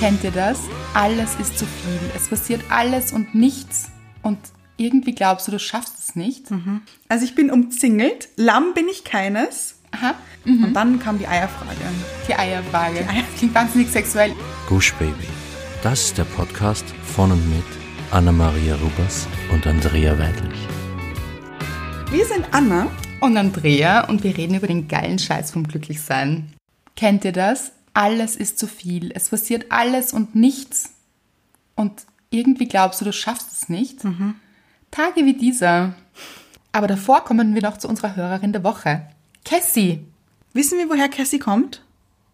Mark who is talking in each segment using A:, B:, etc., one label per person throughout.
A: Kennt ihr das? Alles ist zu viel. Es passiert alles und nichts. Und irgendwie glaubst du, du schaffst es nicht.
B: Also ich bin umzingelt, lamm bin ich keines.
A: Aha. Mhm.
B: Und dann kam die Eierfrage.
A: Die Eierwaage. Klingt wahnsinnig sexuell.
C: Gush Baby. Das ist der Podcast von und mit Anna-Maria Rubers und Andrea Weidlich.
B: Wir sind Anna.
A: Und Andrea und wir reden über den geilen Scheiß vom Glücklichsein. Kennt ihr das? Alles ist zu viel. Es passiert alles und nichts. Und irgendwie glaubst du, du schaffst es nicht. Tage wie dieser. Aber davor kommen wir noch zu unserer Hörerin der Woche. Cassie.
B: Wissen wir, woher Cassie kommt?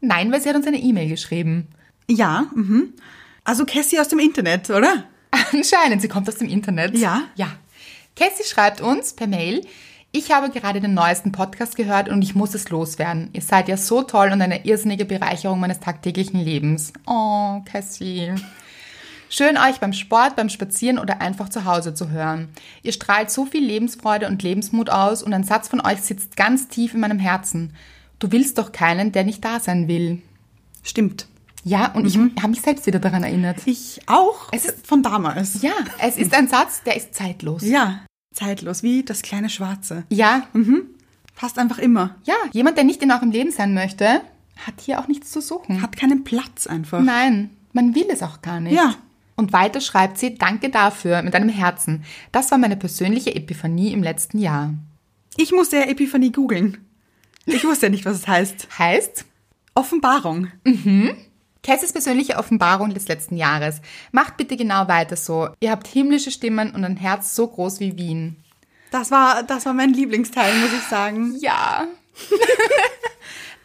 A: Nein, weil sie hat uns eine E-Mail geschrieben.
B: Ja, mhm. Also Cassie aus dem Internet, oder?
A: Anscheinend, sie kommt aus dem Internet.
B: Ja?
A: Ja. Cassie schreibt uns per Mail, ich habe gerade den neuesten Podcast gehört und ich muss es loswerden. Ihr seid ja so toll und eine irrsinnige Bereicherung meines tagtäglichen Lebens. Oh, Cassie. Schön, euch beim Sport, beim Spazieren oder einfach zu Hause zu hören. Ihr strahlt so viel Lebensfreude und Lebensmut aus und ein Satz von euch sitzt ganz tief in meinem Herzen. Du willst doch keinen, der nicht da sein will.
B: Stimmt.
A: Ja, und ich habe mich selbst wieder daran erinnert.
B: Ich auch.
A: Es ist-
B: von damals.
A: Ja, es ist ein Satz, der ist zeitlos.
B: Ja. Zeitlos, wie das kleine Schwarze.
A: Ja, mhm.
B: Passt einfach immer.
A: ja, jemand, der nicht in eurem Leben sein möchte, hat hier auch nichts zu suchen.
B: Hat keinen Platz einfach.
A: Nein, man will es auch gar nicht.
B: Ja.
A: Und weiter schreibt sie, danke dafür, mit einem Herzen. Das war meine persönliche Epiphanie im letzten Jahr.
B: Ich musste ja Epiphanie googeln. Ich wusste ja nicht, was es heißt.
A: Heißt,
B: Offenbarung.
A: Cassis persönliche Offenbarung des letzten Jahres. Macht bitte genau weiter so. Ihr habt himmlische Stimmen und ein Herz so groß wie Wien.
B: Das war, das war mein Lieblingsteil, muss ich sagen.
A: Ja.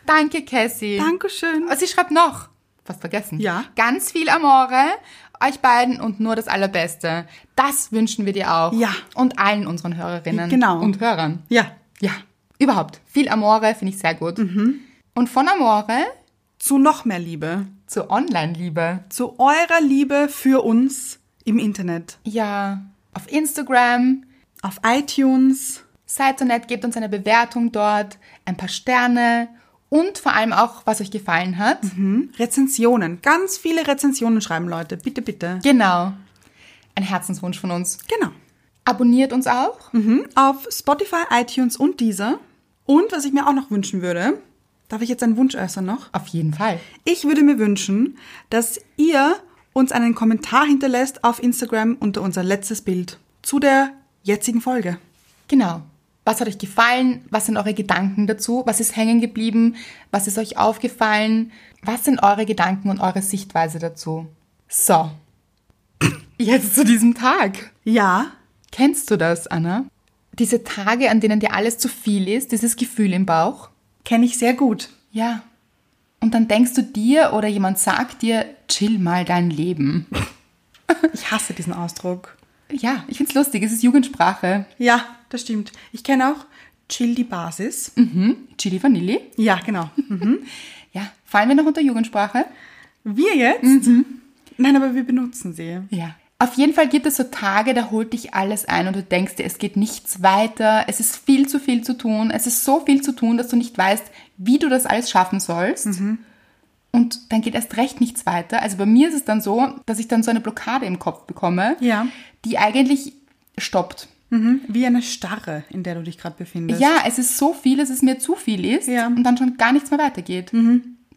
A: danke, Cassie.
B: Dankeschön.
A: Oh, Sie schreibt noch. Fast vergessen.
B: Ja.
A: Ganz viel Amore, euch beiden und nur das Allerbeste. Das wünschen wir dir auch.
B: Ja.
A: Und allen unseren Hörerinnen.
B: Genau.
A: Und Hörern.
B: Ja.
A: Ja. Überhaupt. Viel Amore finde ich sehr gut.
B: Mhm.
A: Und von Amore
B: Zu noch mehr Liebe.
A: zur Online-Liebe.
B: Zu eurer Liebe für uns im Internet.
A: Ja. Auf Instagram.
B: Auf iTunes.
A: Seid so nett, gebt uns eine Bewertung dort, ein paar Sterne und vor allem auch, was euch gefallen hat.
B: Mhm. Rezensionen. Ganz viele Rezensionen schreiben Leute. Bitte, bitte.
A: Genau. Ein Herzenswunsch von uns.
B: Genau.
A: Abonniert uns auch.
B: Mhm. Auf Spotify, iTunes und dieser. Und was ich mir auch noch wünschen würde, darf ich jetzt einen Wunsch äußern noch?
A: Auf jeden Fall.
B: Ich würde mir wünschen, dass ihr uns einen Kommentar hinterlässt auf Instagram unter unser letztes Bild zu der jetzigen Folge.
A: Genau. Was hat euch gefallen? Was sind eure Gedanken dazu? Was ist hängen geblieben? Was ist euch aufgefallen? Was sind eure Gedanken und eure Sichtweise dazu? So. Jetzt zu diesem Tag.
B: Ja,
A: Kennst du das, Anna? Diese Tage, an denen dir alles zu viel ist, dieses Gefühl im Bauch?
B: kenne ich sehr gut.
A: Ja. Und dann denkst du dir oder jemand sagt dir, chill mal dein Leben.
B: Ich hasse diesen Ausdruck.
A: Ja, ich find's lustig, es ist Jugendsprache.
B: Ja, das stimmt. Ich kenne auch Chill die Basis.
A: Chili Vanilli?
B: Ja, genau.
A: Ja. Fallen wir noch unter Jugendsprache?
B: Wir jetzt? Nein, aber wir benutzen sie.
A: Ja. Auf jeden Fall gibt es so Tage, da holt dich alles ein und du denkst dir, es geht nichts weiter, es ist viel zu viel zu tun, es ist so viel zu tun, dass du nicht weißt, wie du das alles schaffen sollst. Und dann geht erst recht nichts weiter. Also bei mir ist es dann so, dass ich dann so eine Blockade im Kopf bekomme,
B: Ja.
A: die eigentlich stoppt.
B: Mhm. Wie eine Starre, in der du dich gerade befindest.
A: Ja, es ist so viel, dass es mir zu viel ist
B: Ja. Mhm.
A: und dann schon gar nichts mehr weitergeht.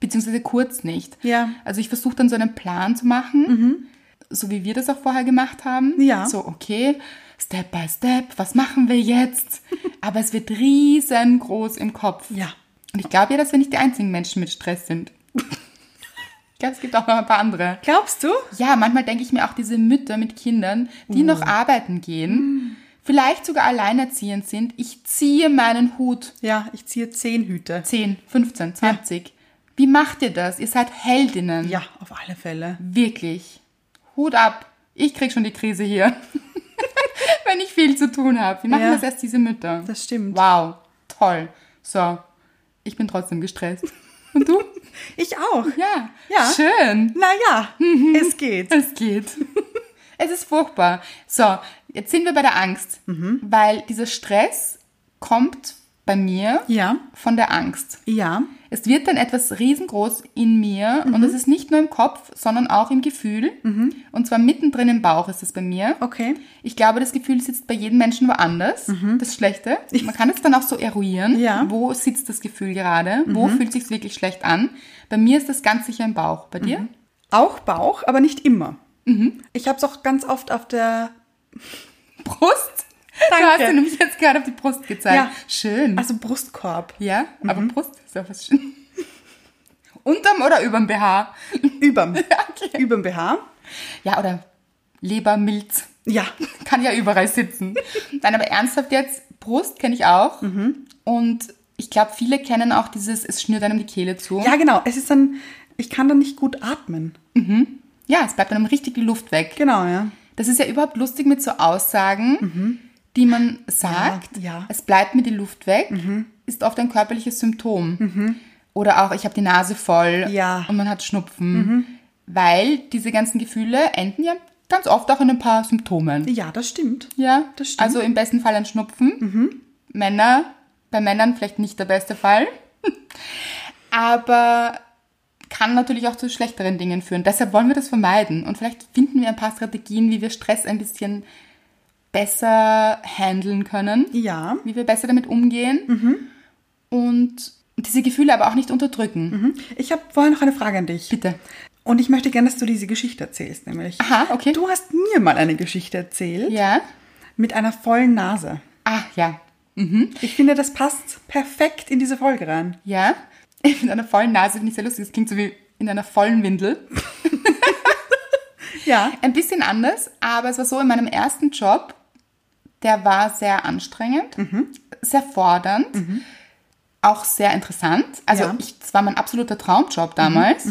A: Beziehungsweise kurz nicht.
B: Ja. Mhm.
A: Also ich versuche dann so einen Plan zu machen, so wie wir das auch vorher gemacht haben.
B: Ja.
A: So, okay, Step by Step, was machen wir jetzt? Aber es wird riesengroß im Kopf.
B: Ja.
A: Und ich glaube ja, dass wir nicht die einzigen Menschen mit Stress sind. ich glaube, es gibt auch noch ein paar andere.
B: Glaubst du?
A: Ja, manchmal denke ich mir auch diese Mütter mit Kindern, die
B: Uh.
A: noch arbeiten gehen, vielleicht sogar alleinerziehend sind. Ich ziehe meinen Hut.
B: Ja, ich ziehe zehn Hüte.
A: 10, 15, 20. Wie macht ihr das? Ihr seid Heldinnen.
B: Ja, auf alle Fälle.
A: Wirklich. Hut ab. Ich krieg schon die Krise hier. Wenn ich viel zu tun habe. Wie machen
B: Ja.
A: das erst diese Mütter?
B: Das stimmt.
A: Wow. Toll. So. Ich bin trotzdem gestresst. Und du?
B: Ich auch.
A: Ja. Mhm.
B: Ja.
A: Schön.
B: Naja, es geht.
A: Es geht. Es ist furchtbar. So, jetzt sind wir bei der Angst, weil dieser Stress kommt, bei mir
B: Ja.
A: von der Angst.
B: Ja.
A: Es wird dann etwas riesengroß in mir und es ist nicht nur im Kopf, sondern auch im Gefühl. Und zwar mittendrin im Bauch ist es bei mir.
B: Okay.
A: Ich glaube, das Gefühl sitzt bei jedem Menschen woanders. Das Schlechte. Man kann es dann auch so eruieren.
B: Ja.
A: Wo sitzt das Gefühl gerade? Wo fühlt sich wirklich schlecht an? Bei mir ist das ganz sicher im Bauch. Bei dir?
B: Auch Bauch, aber nicht immer.
A: Mhm.
B: Ich habe es auch ganz oft auf der,
A: Brust?
B: Danke.
A: Du hast dir nämlich jetzt gerade auf die Brust gezeigt.
B: Ja. Mhm.
A: Schön.
B: also Brustkorb,
A: ja, aber Brust ist ja was schön. Unterm oder überm BH?
B: überm, überm BH.
A: Ja, oder Lebermilz.
B: Ja,
A: Kann ja überall sitzen. Nein, aber ernsthaft jetzt, Brust kenne ich auch.
B: Mhm.
A: Und ich glaube, viele kennen auch dieses, es schnürt einem die Kehle zu.
B: ja genau. Es ist dann, ich kann dann nicht gut atmen.
A: Ja, es bleibt einem richtig die Luft weg.
B: Genau, ja.
A: Das ist ja überhaupt lustig mit so Aussagen, die man sagt.
B: ja. Mhm.
A: Es bleibt mir die Luft weg, ist oft ein körperliches Symptom. Oder auch, ich habe die Nase voll
B: Ja. Mhm.
A: und man hat Schnupfen. Weil diese ganzen Gefühle enden ja ganz oft auch in ein paar Symptomen.
B: Ja, das stimmt.
A: Ja,
B: das stimmt. Mhm.
A: Also im besten Fall ein Schnupfen. Männer, bei Männern vielleicht nicht der beste Fall. Aber kann natürlich auch zu schlechteren Dingen führen. Deshalb wollen wir das vermeiden. Und vielleicht finden wir ein paar Strategien, wie wir Stress ein bisschen besser handeln können,
B: Ja. Mhm.
A: wie wir besser damit umgehen und diese Gefühle aber auch nicht unterdrücken.
B: mhm. Ich habe vorher noch eine Frage an dich.
A: Bitte.
B: Und ich möchte gerne, dass du diese Geschichte erzählst, nämlich.
A: Aha, okay.
B: Du hast mir mal eine Geschichte erzählt
A: Ja?
B: mit einer vollen Nase.
A: Ah, ja.
B: Ich finde, das passt perfekt in diese Folge rein.
A: Ja? In einer vollen Nase finde ich sehr lustig. Das klingt so wie in einer vollen Windel.
B: Ja.
A: Ein bisschen anders, aber es war so, in meinem ersten Job, der war sehr anstrengend, sehr fordernd, auch sehr interessant. Also
B: Ja.
A: ich, das war mein absoluter Traumjob damals.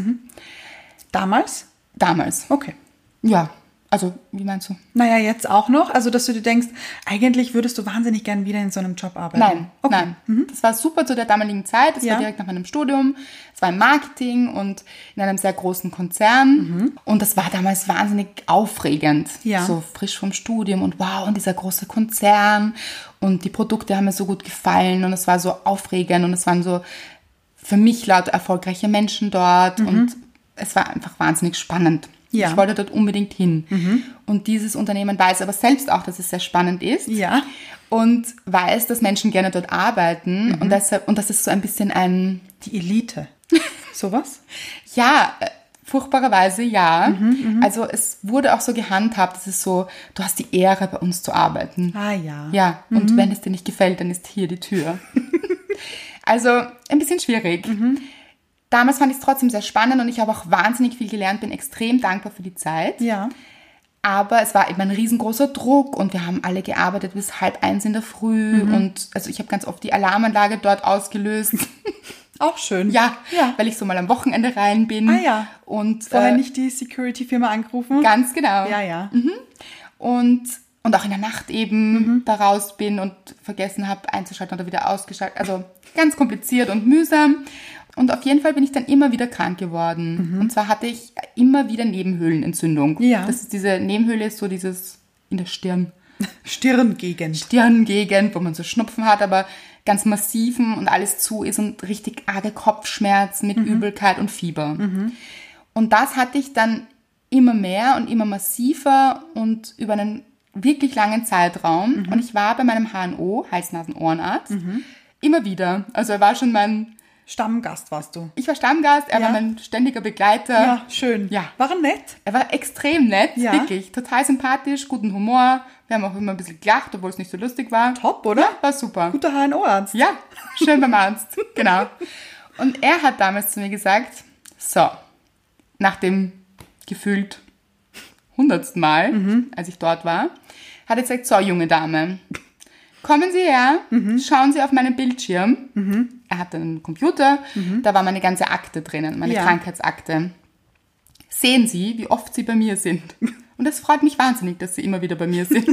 B: Damals?
A: Damals.
B: Okay.
A: Ja, also wie meinst du?
B: Naja, jetzt auch noch. Also, dass du dir denkst, eigentlich würdest du wahnsinnig gern wieder in so einem Job arbeiten.
A: Nein,
B: Okay. Mhm.
A: nein. Das war super zu der damaligen Zeit. Das
B: Ja.
A: war direkt nach meinem Studium. Es war im Marketing und in einem sehr großen Konzern. Und das war damals wahnsinnig aufregend.
B: Mhm. Ja.
A: So frisch vom Studium und wow, und dieser große Konzern. Und die Produkte haben mir so gut gefallen und es war so aufregend und es waren so für mich laut erfolgreiche Menschen dort und es war einfach wahnsinnig spannend.
B: Mhm. Ja. Mhm.
A: Ich wollte dort unbedingt hin. Und dieses Unternehmen weiß aber selbst auch, dass es sehr spannend ist
B: Ja.
A: und weiß, dass Menschen gerne dort arbeiten
B: Mhm.
A: und, deshalb, und das ist so ein bisschen ein,
B: Die Elite. Sowas?
A: ja, äh, furchtbarerweise ja.
B: Mhm,
A: Also es wurde auch so gehandhabt, es ist so, du hast die Ehre, bei uns zu arbeiten.
B: Ah, Mhm. ja.
A: Ja, und wenn es dir nicht gefällt, dann ist hier die Tür. also ein bisschen schwierig.
B: Mhm.
A: Damals fand ich es trotzdem sehr spannend und ich habe auch wahnsinnig viel gelernt, bin extrem dankbar für die Zeit.
B: Ja.
A: Aber es war eben ein riesengroßer Druck und wir haben alle gearbeitet bis halb eins in der Früh
B: Mhm.
A: und also ich habe ganz oft die Alarmanlage dort ausgelöst.
B: Auch schön.
A: ja,
B: Ja.
A: weil ich so mal am Wochenende rein bin.
B: Ah ja.
A: Und
B: Vorher
A: äh,
B: nicht die Security-Firma angerufen.
A: Ganz genau.
B: Ja, ja.
A: Und, und auch in der Nacht eben
B: Mhm.
A: da raus bin und vergessen habe einzuschalten oder wieder ausgeschaltet. Also ganz kompliziert und mühsam. Und auf jeden Fall bin ich dann immer wieder krank geworden. Und zwar hatte ich immer wieder Nebenhöhlenentzündung.
B: Mhm. Ja.
A: Das ist diese Nebenhöhle ist so dieses in der Stirn.
B: Stirngegend.
A: Stirngegend, wo man so Schnupfen hat, aber ganz massiven und alles zu ist und richtig arge Kopfschmerzen
B: Mhm.
A: mit Übelkeit und Fieber. Und das hatte ich dann immer mehr und immer massiver und über einen wirklich langen Zeitraum.
B: Mhm.
A: Und ich war bei meinem HNO, Hals-Nasen-Ohrenarzt, immer wieder. Also er war schon mein,
B: Stammgast warst du.
A: ich war Stammgast, er
B: Ja.
A: war mein ständiger Begleiter.
B: Ja, schön.
A: Ja.
B: War er nett?
A: Er war extrem nett,
B: Ja.
A: wirklich. Total sympathisch, guten Humor. Wir haben auch immer ein bisschen gelacht, obwohl es nicht so lustig war.
B: Top, oder?
A: War super.
B: Guter HNO-Arzt.
A: Ja, schön beim Arzt, genau. Und er hat damals zu mir gesagt, so, nach dem gefühlt hundertsten Mal, als ich dort war, hat er gesagt, so, junge Dame, kommen Sie her, schauen Sie auf meinen Bildschirm. Er hatte einen Computer, da war meine ganze Akte drinnen, meine
B: Ja.
A: Krankheitsakte. Sehen Sie, wie oft Sie bei mir sind. Und das freut mich wahnsinnig, dass Sie immer wieder bei mir sind.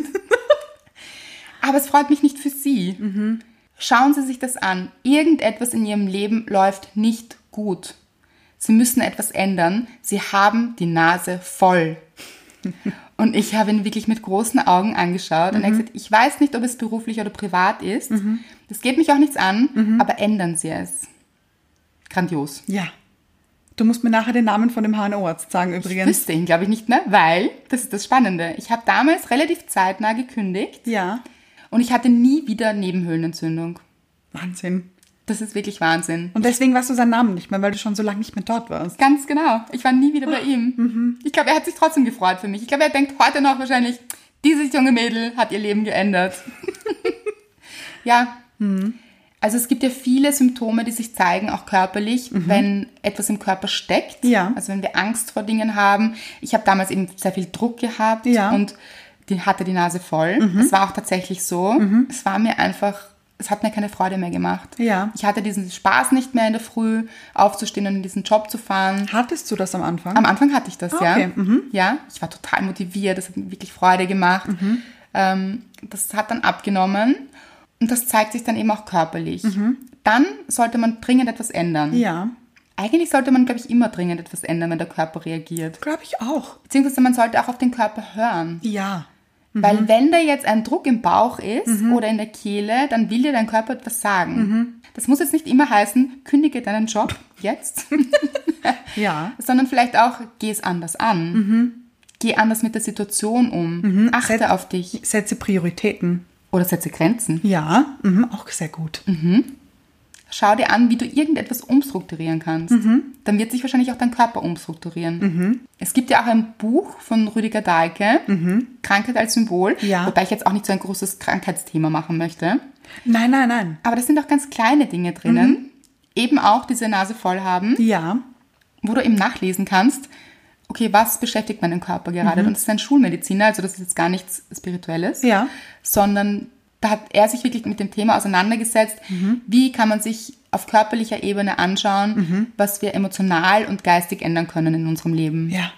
A: Aber es freut mich nicht für Sie. Schauen Sie sich das an. Irgendetwas in Ihrem Leben läuft nicht gut. Sie müssen etwas ändern. Sie haben die Nase voll. Und ich habe ihn wirklich mit großen Augen angeschaut und er hat gesagt, ich weiß nicht, ob es beruflich oder privat ist, Das geht mich auch nichts an, aber ändern Sie es. Grandios.
B: Ja. Du musst mir nachher den Namen von dem HNO-Arzt sagen übrigens.
A: Wüsste ihn, glaube ich, nicht mehr, weil, das ist das Spannende, ich habe damals relativ zeitnah gekündigt
B: Ja.
A: und ich hatte nie wieder Nebenhöhlenentzündung.
B: Wahnsinn.
A: Das ist wirklich Wahnsinn.
B: Und deswegen weißt du seinen Namen nicht mehr, weil du schon so lange nicht mehr dort warst.
A: Ganz genau. Ich war nie wieder
B: Ah.
A: bei ihm.
B: Mhm.
A: Ich glaube, er hat sich trotzdem gefreut für mich. Ich glaube, er denkt heute noch wahrscheinlich, dieses junge Mädel hat ihr Leben geändert. ja.
B: Mhm.
A: Also es gibt ja viele Symptome, die sich zeigen, auch körperlich, wenn etwas im Körper steckt.
B: Mhm. Ja.
A: Also wenn wir Angst vor Dingen haben. Ich habe damals eben sehr viel Druck gehabt
B: Ja. Mhm.
A: und die hatte die Nase voll. Es war auch tatsächlich so. Es war mir einfach, es hat mir keine Freude mehr gemacht.
B: Ja.
A: Ich hatte diesen Spaß nicht mehr in der Früh, aufzustehen und in diesen Job zu fahren.
B: Hattest du das am Anfang?
A: Am Anfang hatte ich das,
B: Ah,
A: ja.
B: okay, mhm.
A: Ja, ich war total motiviert, das hat mir wirklich Freude gemacht.
B: Mhm.
A: Ähm, das hat dann abgenommen und das zeigt sich dann eben auch körperlich. Dann sollte man dringend etwas ändern.
B: Mhm. ja.
A: Eigentlich sollte man, glaube ich, immer dringend etwas ändern, wenn der Körper reagiert.
B: Glaube ich auch.
A: Beziehungsweise man sollte auch auf den Körper hören.
B: Ja. Mhm.
A: Weil wenn da jetzt ein Druck im Bauch ist oder in der Kehle, dann will dir dein Körper etwas sagen.
B: Mhm.
A: Das muss jetzt nicht immer heißen, kündige deinen Job jetzt,
B: Ja.
A: sondern vielleicht auch, geh es anders an. Geh anders mit der Situation um. Achte
B: Set-
A: auf dich.
B: Setze Prioritäten.
A: Oder setze Grenzen.
B: Ja. Mhm. Auch sehr gut.
A: Schau dir an, wie du irgendetwas umstrukturieren kannst. Dann wird sich wahrscheinlich auch dein Körper umstrukturieren. Es gibt ja auch ein Buch von Rüdiger Dahlke, Krankheit als Symbol,
B: Ja.
A: wobei ich jetzt auch nicht so ein großes Krankheitsthema machen möchte.
B: Nein, nein, nein.
A: Aber das sind auch ganz kleine Dinge drinnen. Eben auch diese Nase voll haben,
B: Ja.
A: wo du eben nachlesen kannst, okay, was beschäftigt meinen Körper gerade? Und das ist ein Schulmediziner, also das ist jetzt gar nichts Spirituelles,
B: Mhm. Ja.
A: sondern da hat er sich wirklich mit dem Thema auseinandergesetzt,
B: Mhm.
A: wie kann man sich auf körperlicher Ebene anschauen,
B: Mhm.
A: was wir emotional und geistig ändern können in unserem Leben.
B: Ja.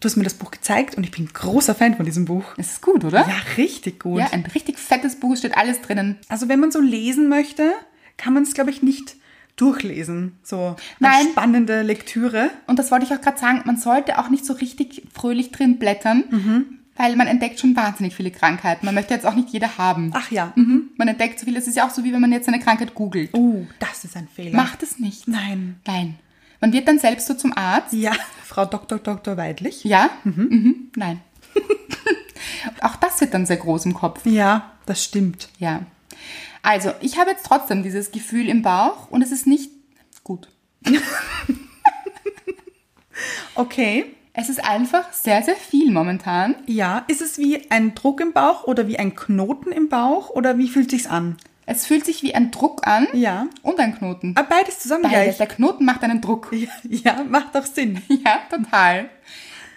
B: Du hast mir das Buch gezeigt und ich bin großer Fan von diesem Buch.
A: Das ist gut, oder?
B: Ja, richtig gut.
A: ja, ein richtig fettes Buch, steht alles drinnen.
B: Also wenn man so lesen möchte, kann man es, glaube ich, nicht durchlesen. So
A: Nein.
B: eine spannende Lektüre.
A: Und das wollte ich auch gerade sagen, man sollte auch nicht so richtig fröhlich drin blättern,
B: Mhm.
A: weil man entdeckt schon wahnsinnig viele Krankheiten. Man möchte jetzt auch nicht jede haben.
B: Ach ja.
A: Mhm. Man entdeckt so viel. Es ist ja auch so, wie wenn man jetzt eine Krankheit googelt.
B: Oh, das ist ein Fehler.
A: Macht es nicht.
B: Nein.
A: Nein. Man wird dann selbst so zum Arzt.
B: Ja, Frau Dr. Dr. Weidlich.
A: Ja? Mhm. Nein. auch das wird dann sehr groß im Kopf.
B: Ja, das stimmt.
A: Ja. Also, ich habe jetzt trotzdem dieses Gefühl im Bauch und es ist nicht gut.
B: Okay.
A: Es ist einfach sehr, sehr viel momentan.
B: Ja, ist es wie ein Druck im Bauch oder wie ein Knoten im Bauch oder wie fühlt sich's an?
A: Es fühlt sich wie ein Druck an
B: Ja.
A: und ein Knoten.
B: Ah, beides zusammen
A: Beides.
B: gleich.
A: Der Knoten macht einen Druck.
B: Ja, ja, macht doch Sinn.
A: Ja, total.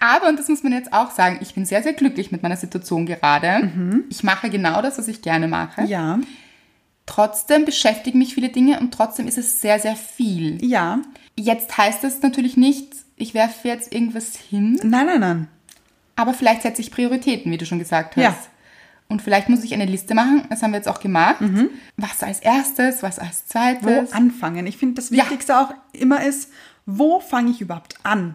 A: Aber, und das muss man jetzt auch sagen, ich bin sehr, sehr glücklich mit meiner Situation gerade. Ich mache genau das, was ich gerne mache.
B: Ja,
A: Trotzdem beschäftigen mich viele Dinge und trotzdem ist es sehr, sehr viel.
B: ja.
A: Jetzt heißt es natürlich nicht, ich werfe jetzt irgendwas hin,
B: Nein, nein, nein.
A: aber vielleicht setze ich Prioritäten, wie du schon gesagt hast.
B: Ja.
A: Und vielleicht muss ich eine Liste machen, das haben wir jetzt auch gemacht. Was als erstes, was als
B: Mhm. Wo
A: zweites.
B: anfangen? Ich finde, das
A: Ja.
B: Wichtigste auch immer ist, wo fange ich überhaupt an?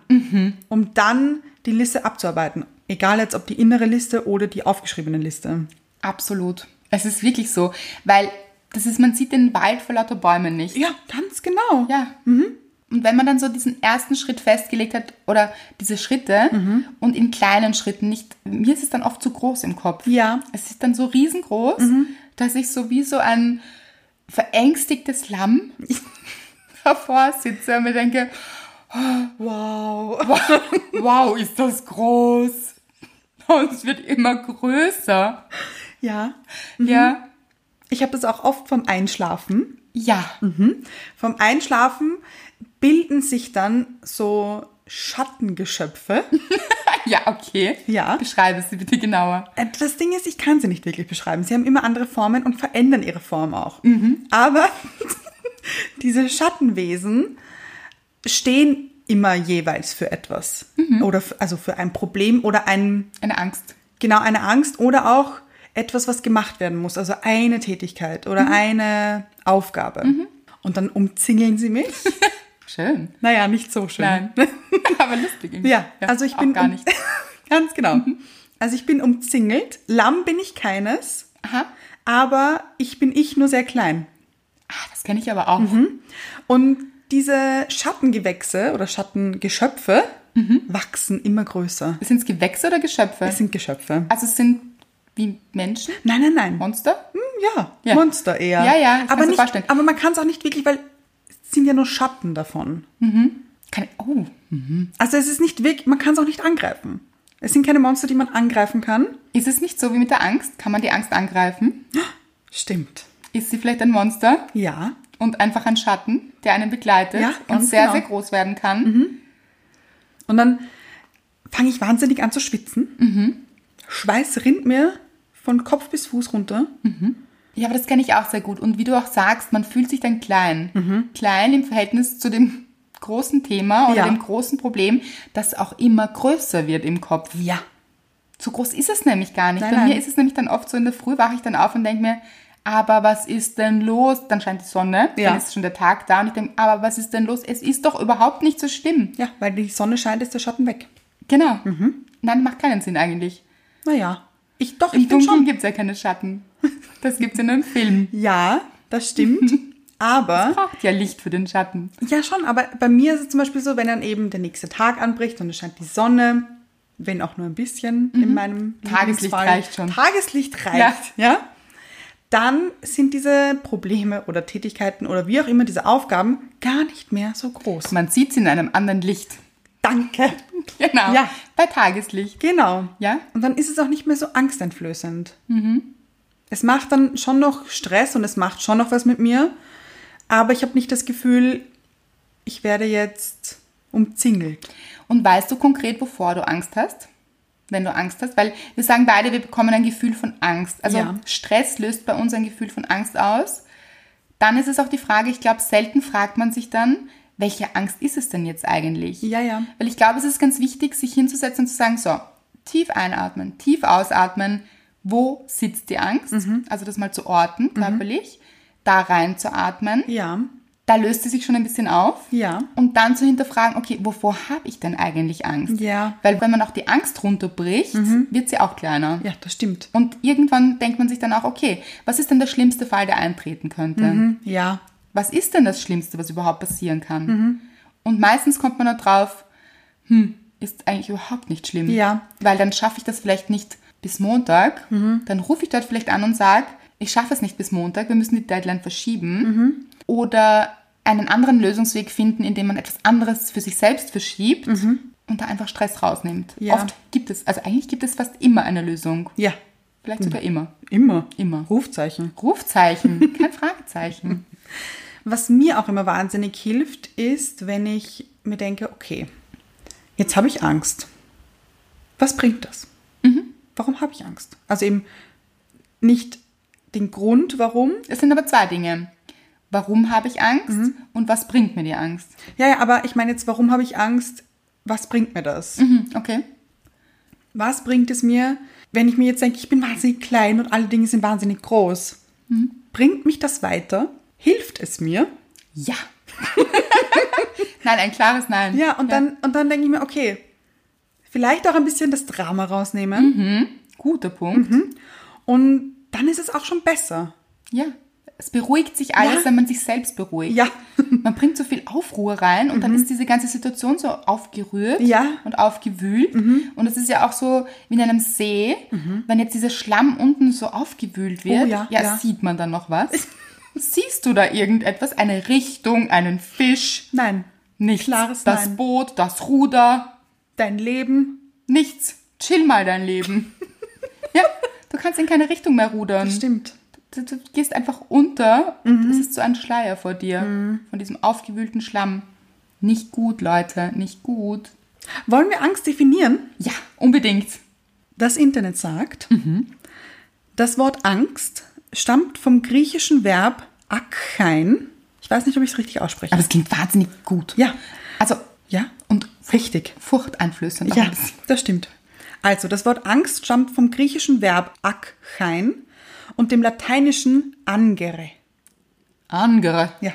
B: Um dann die Liste abzuarbeiten. Egal jetzt, ob die innere Liste oder die aufgeschriebene Liste.
A: Absolut. Es ist wirklich so, weil das ist, man sieht den Wald vor lauter Bäumen nicht.
B: Ja, ganz genau.
A: Ja. mhm. Und wenn man dann so diesen ersten Schritt festgelegt hat oder diese Schritte
B: Mhm.
A: und in kleinen Schritten nicht, mir ist es dann oft zu groß im Kopf.
B: Ja. Mhm.
A: Es ist dann so riesengroß, dass ich so wie so ein verängstigtes Lamm davor sitze und mir denke,
B: Wow.
A: wow, ist das groß. Und es wird immer größer.
B: Ja.
A: Ja.
B: Ich habe das auch oft vom Einschlafen.
A: Ja.
B: Mhm. Vom Einschlafen bilden sich dann so Schattengeschöpfe.
A: Ah, Ja, okay.
B: Ja.
A: Beschreibe es bitte genauer.
B: Äh, Das Ding ist, ich kann sie nicht wirklich beschreiben. Sie haben immer andere Formen und verändern ihre Form auch. Aber diese Schattenwesen stehen immer jeweils für etwas. Oder f- also für ein Problem oder ein,
A: Eine Angst.
B: genau eine Angst oder auch etwas, was gemacht werden muss. Also eine Tätigkeit oder eine Aufgabe. Und dann umzingeln sie mich.
A: Schön.
B: naja, nicht so schön.
A: Nein. Aber lustig. irgendwie.
B: Ja, also ich
A: auch
B: bin
A: gar
B: um-
A: nicht.
B: ganz genau. Also ich bin umzingelt. Lamm bin ich keines,
A: Aha.
B: aber Ich bin ich nur sehr klein.
A: Ah, das kenne ich aber auch.
B: Mhm. Und diese Schattengewächse oder Schattengeschöpfe wachsen immer größer.
A: Sind es Gewächse oder Geschöpfe?
B: Es sind Geschöpfe.
A: also es sind wie Menschen?
B: Nein, nein, nein.
A: Monster?
B: Hm, ja,
A: Ja.
B: Monster eher.
A: Ja, ja, das kannst
B: aber,
A: du
B: nicht,
A: vorstellen.
B: aber man kann es auch nicht wirklich, weil es sind ja nur Schatten davon.
A: Kann ich, oh,
B: Also es ist nicht wirklich, man kann es auch nicht angreifen. Es sind keine Monster, die man angreifen kann.
A: ist es nicht so wie mit der Angst? Kann man die Angst angreifen?
B: Stimmt.
A: Ist sie vielleicht ein Monster
B: Ja.
A: und einfach ein Schatten, der einen begleitet
B: Ja,
A: und
B: ganz
A: sehr,
B: genau. Mhm.
A: sehr groß werden kann?
B: Und dann fange ich wahnsinnig an zu schwitzen.
A: Mhm.
B: Schweiß rinnt mir von Kopf bis Fuß runter.
A: Ja, aber das kenne ich auch sehr gut. Und wie du auch sagst, man fühlt sich dann klein. Klein im Verhältnis zu dem großen Thema oder
B: Mhm. Ja.
A: dem großen Problem, das auch immer größer wird im Kopf.
B: Ja.
A: So groß ist es nämlich gar nicht.
B: Nein,
A: Bei
B: nein.
A: mir ist es nämlich dann oft so, in der Früh wache ich dann auf und denke mir, aber was ist denn los? Dann scheint die Sonne,
B: Ja.
A: dann ist schon der Tag da und ich denke, aber was ist denn los? Es ist doch überhaupt nicht so schlimm.
B: Ja, weil die Sonne scheint, ist der Schatten weg.
A: Genau.
B: Mhm.
A: Nein, macht keinen Sinn eigentlich.
B: Naja. Ich doch,
A: Im
B: ich bin
A: Dunkeln
B: schon.
A: gibt es ja keine Schatten. Das gibt es in einem Film.
B: Ja, das stimmt. aber,
A: Braucht ja Licht für den Schatten.
B: ja schon, aber bei mir ist es zum Beispiel so, wenn dann eben der nächste Tag anbricht und es scheint die Sonne, wenn auch nur ein bisschen in meinem
A: Mhm. Tageslicht
B: Lieblingsfall.
A: reicht schon.
B: Tageslicht reicht, ja. Dann sind diese Probleme oder Tätigkeiten oder wie auch immer diese Aufgaben gar nicht mehr so groß.
A: Man sieht sie in einem anderen Licht.
B: Danke.
A: Genau.
B: Ja.
A: Bei Tageslicht.
B: Genau.
A: Ja.
B: Und dann ist es auch nicht mehr so angsteinflößend. Es macht dann schon noch Stress und es macht schon noch was mit mir, aber ich habe nicht das Gefühl, ich werde jetzt umzingelt.
A: Und weißt du konkret, wovor du Angst hast? Wenn du Angst hast? Weil wir sagen beide, wir bekommen ein Gefühl von Angst. Also
B: Ja.
A: Stress löst bei uns ein Gefühl von Angst aus. Dann ist es auch die Frage, ich glaube, selten fragt man sich dann, welche Angst ist es denn jetzt eigentlich?
B: Ja, ja.
A: Weil ich glaube, es ist ganz wichtig, sich hinzusetzen und zu sagen, so, tief einatmen, tief ausatmen, wo sitzt die Angst?
B: Mhm.
A: Also das mal zu orten, körperlich, da rein zu atmen.
B: Ja,
A: da löst sie sich schon ein bisschen auf.
B: Ja.
A: Und dann zu hinterfragen, okay, wovor habe ich denn eigentlich Angst?
B: Ja. Mhm.
A: Weil wenn man auch die Angst runterbricht, wird sie auch kleiner.
B: ja, das stimmt.
A: Und irgendwann denkt man sich dann auch, okay, was ist denn der schlimmste Fall, der eintreten könnte?
B: Mhm. Ja,
A: Was ist denn das Schlimmste, was überhaupt passieren kann?
B: Mhm.
A: Und meistens kommt man dann drauf, hm, ist eigentlich überhaupt nicht schlimm.
B: Ja. Mhm.
A: Weil dann schaffe ich das vielleicht nicht bis Montag. Dann rufe ich dort vielleicht an und sage, ich schaffe es nicht bis Montag, wir müssen die Deadline verschieben.
B: Mhm.
A: Oder einen anderen Lösungsweg finden, indem man etwas anderes für sich selbst verschiebt und da einfach Stress rausnimmt.
B: Mhm. Ja.
A: Oft gibt es, also eigentlich gibt es fast immer eine Lösung.
B: ja, Mhm.
A: Vielleicht sogar immer.
B: immer.
A: Immer.
B: Rufzeichen.
A: Rufzeichen, kein Fragezeichen.
B: Was mir auch immer wahnsinnig hilft, ist, wenn ich mir denke, okay, jetzt habe ich Angst. Was bringt das? Warum habe ich Angst? Also eben nicht den Grund, warum,
A: Es sind aber zwei Dinge. Warum habe ich Angst
B: Mhm.
A: und was bringt mir die Angst?
B: Ja, ja, aber ich meine jetzt, warum habe ich Angst? Was bringt mir das?
A: Mhm, okay.
B: Was bringt es mir, wenn ich mir jetzt denke, ich bin wahnsinnig klein und alle Dinge sind wahnsinnig groß? Bringt mich das weiter? Hilft es mir?
A: Ja. Nein, ein klares Nein.
B: Ja, und dann, und dann denke ich mir, okay, vielleicht auch ein bisschen das Drama rausnehmen
A: Guter Punkt.
B: Mhm. und dann ist es auch schon besser.
A: Ja. Es beruhigt sich alles,
B: Ja.
A: wenn man sich selbst beruhigt.
B: Ja. Mhm.
A: Man bringt so viel Aufruhr rein und dann ist diese ganze Situation so aufgerührt
B: Ja. Mhm.
A: und aufgewühlt. Und es ist ja auch so wie in einem See, wenn jetzt dieser Schlamm unten so aufgewühlt wird,
B: Oh ja, ja.
A: sieht man dann noch was? Siehst du da irgendetwas? Eine Richtung, einen Fisch?
B: Nein,
A: Nichts.
B: Klares
A: das
B: Nein.
A: Boot, das Ruder,
B: dein Leben,
A: nichts. Chill mal dein Leben. ja, du kannst in keine Richtung mehr rudern.
B: das stimmt.
A: Du, du gehst einfach unter
B: Mhm.
A: und es ist so ein Schleier vor dir. Von diesem aufgewühlten Schlamm. Nicht gut, Leute, nicht gut.
B: Wollen wir Angst definieren?
A: Ja, unbedingt.
B: Das Internet sagt, das Wort Angst stammt vom griechischen Verb akchein. Ich weiß nicht, ob ich es richtig ausspreche.
A: Aber es klingt wahnsinnig gut.
B: ja,
A: Also,
B: ja,
A: und
B: richtig.
A: furchteinflößend. auch
B: Ja,
A: ein bisschen.
B: das stimmt. Also, das Wort Angst stammt vom griechischen Verb akchein und dem lateinischen angere.
A: Angere.
B: Ja,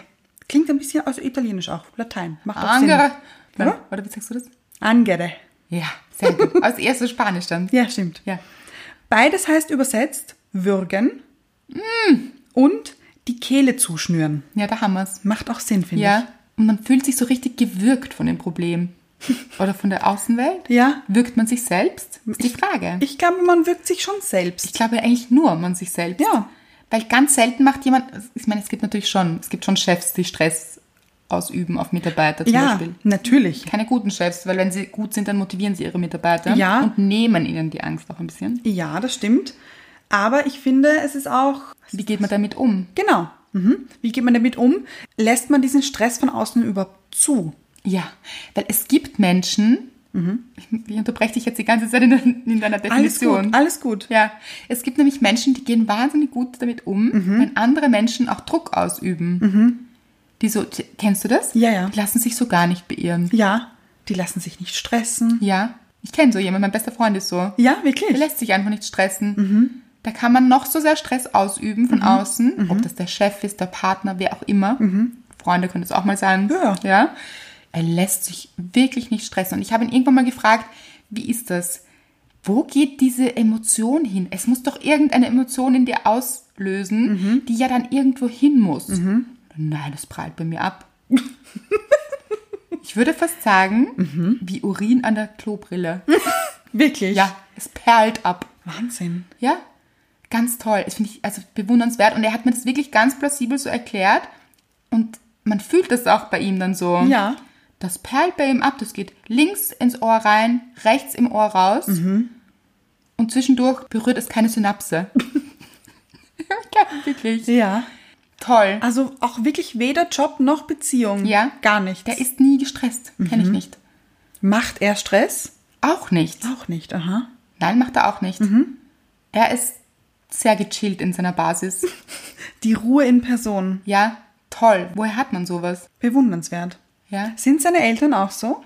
B: klingt ein bisschen, also italienisch auch, Latein. Macht auch
A: Angere.
B: Sinn.
A: Nein,
B: Oder?
A: Oder wie sagst du das?
B: Angere.
A: Ja, sehr gut. Als erstes Spanisch dann.
B: Ja, stimmt.
A: ja.
B: Beides heißt übersetzt würgen und die Kehle zuschnüren.
A: Ja, da haben wir es.
B: Macht auch Sinn, finde
A: Ja. Und man fühlt sich so richtig gewürgt von dem Problem. Oder von der Außenwelt?
B: Ja.
A: Wirkt man sich selbst? Ist die
B: Ich-
A: Frage.
B: ich. Ich glaube, man wirkt sich schon
A: Ich
B: selbst.
A: glaube eigentlich nur man sich selbst.
B: Ja.
A: Weil ganz selten macht jemand, ich meine, es gibt natürlich schon, es gibt schon Chefs, die Stress ausüben auf Mitarbeiter zum
B: ja,
A: Beispiel.
B: natürlich.
A: Keine guten Chefs, weil wenn sie gut sind, dann motivieren sie ihre Mitarbeiter
B: Ja.
A: und nehmen ihnen die Angst auch ein bisschen.
B: Ja, das stimmt. Aber ich finde, es ist auch.
A: Wie geht man damit um?
B: Genau. Mhm. Wie geht man damit um? Lässt man diesen Stress von außen überhaupt zu?
A: Ja, weil es gibt Menschen, ich, ich unterbreche dich jetzt die ganze Zeit in, dein- in deiner
B: Mhm. Alles
A: Definition.
B: gut, alles gut.
A: Ja, es gibt nämlich Menschen, die gehen wahnsinnig gut damit um,
B: Mhm.
A: wenn andere Menschen auch Druck ausüben. Die so, t- kennst du das?
B: Ja, ja.
A: Die lassen sich so gar nicht beirren.
B: Ja, die lassen sich nicht stressen.
A: Ja, ich kenne so jemanden, mein bester Freund ist so.
B: Ja, wirklich.
A: Der lässt sich einfach nicht stressen.
B: Mhm.
A: Da kann man noch so sehr Stress ausüben von außen, ob das der Chef ist, der Partner, wer auch immer. Freunde können das auch mal sein.
B: Mhm. Ja.
A: ja. Er lässt sich wirklich nicht stressen. Und ich habe ihn irgendwann mal gefragt, wie ist das? Wo geht diese Emotion hin? Es muss doch irgendeine Emotion in dir auslösen,
B: Mhm.
A: die ja dann irgendwo hin muss. Nein, das prallt bei mir ab. ich würde fast sagen,
B: Mhm.
A: wie Urin an der Klobrille.
B: Wirklich.
A: Ja, es perlt ab.
B: Wahnsinn.
A: Ja, ganz toll. Das finde ich also bewundernswert. Und er hat mir das wirklich ganz plausibel so erklärt. Und man fühlt das auch bei ihm dann so.
B: Ja.
A: Das perlt bei ihm ab. Das geht links ins Ohr rein, rechts im Ohr raus. Und zwischendurch berührt es keine Synapse. ja, wirklich.
B: Ja.
A: Toll.
B: Also auch wirklich weder Job noch Beziehung.
A: Ja.
B: Gar nichts.
A: Der ist nie gestresst. Kenne ich nicht.
B: Macht er Stress?
A: Auch nicht.
B: Auch nicht, aha.
A: Nein, macht er auch nicht. Er ist sehr gechillt in seiner Basis.
B: Die Ruhe in Person.
A: Ja, toll. Woher hat man sowas?
B: Bewundernswert.
A: Ja.
B: Sind seine Eltern auch so?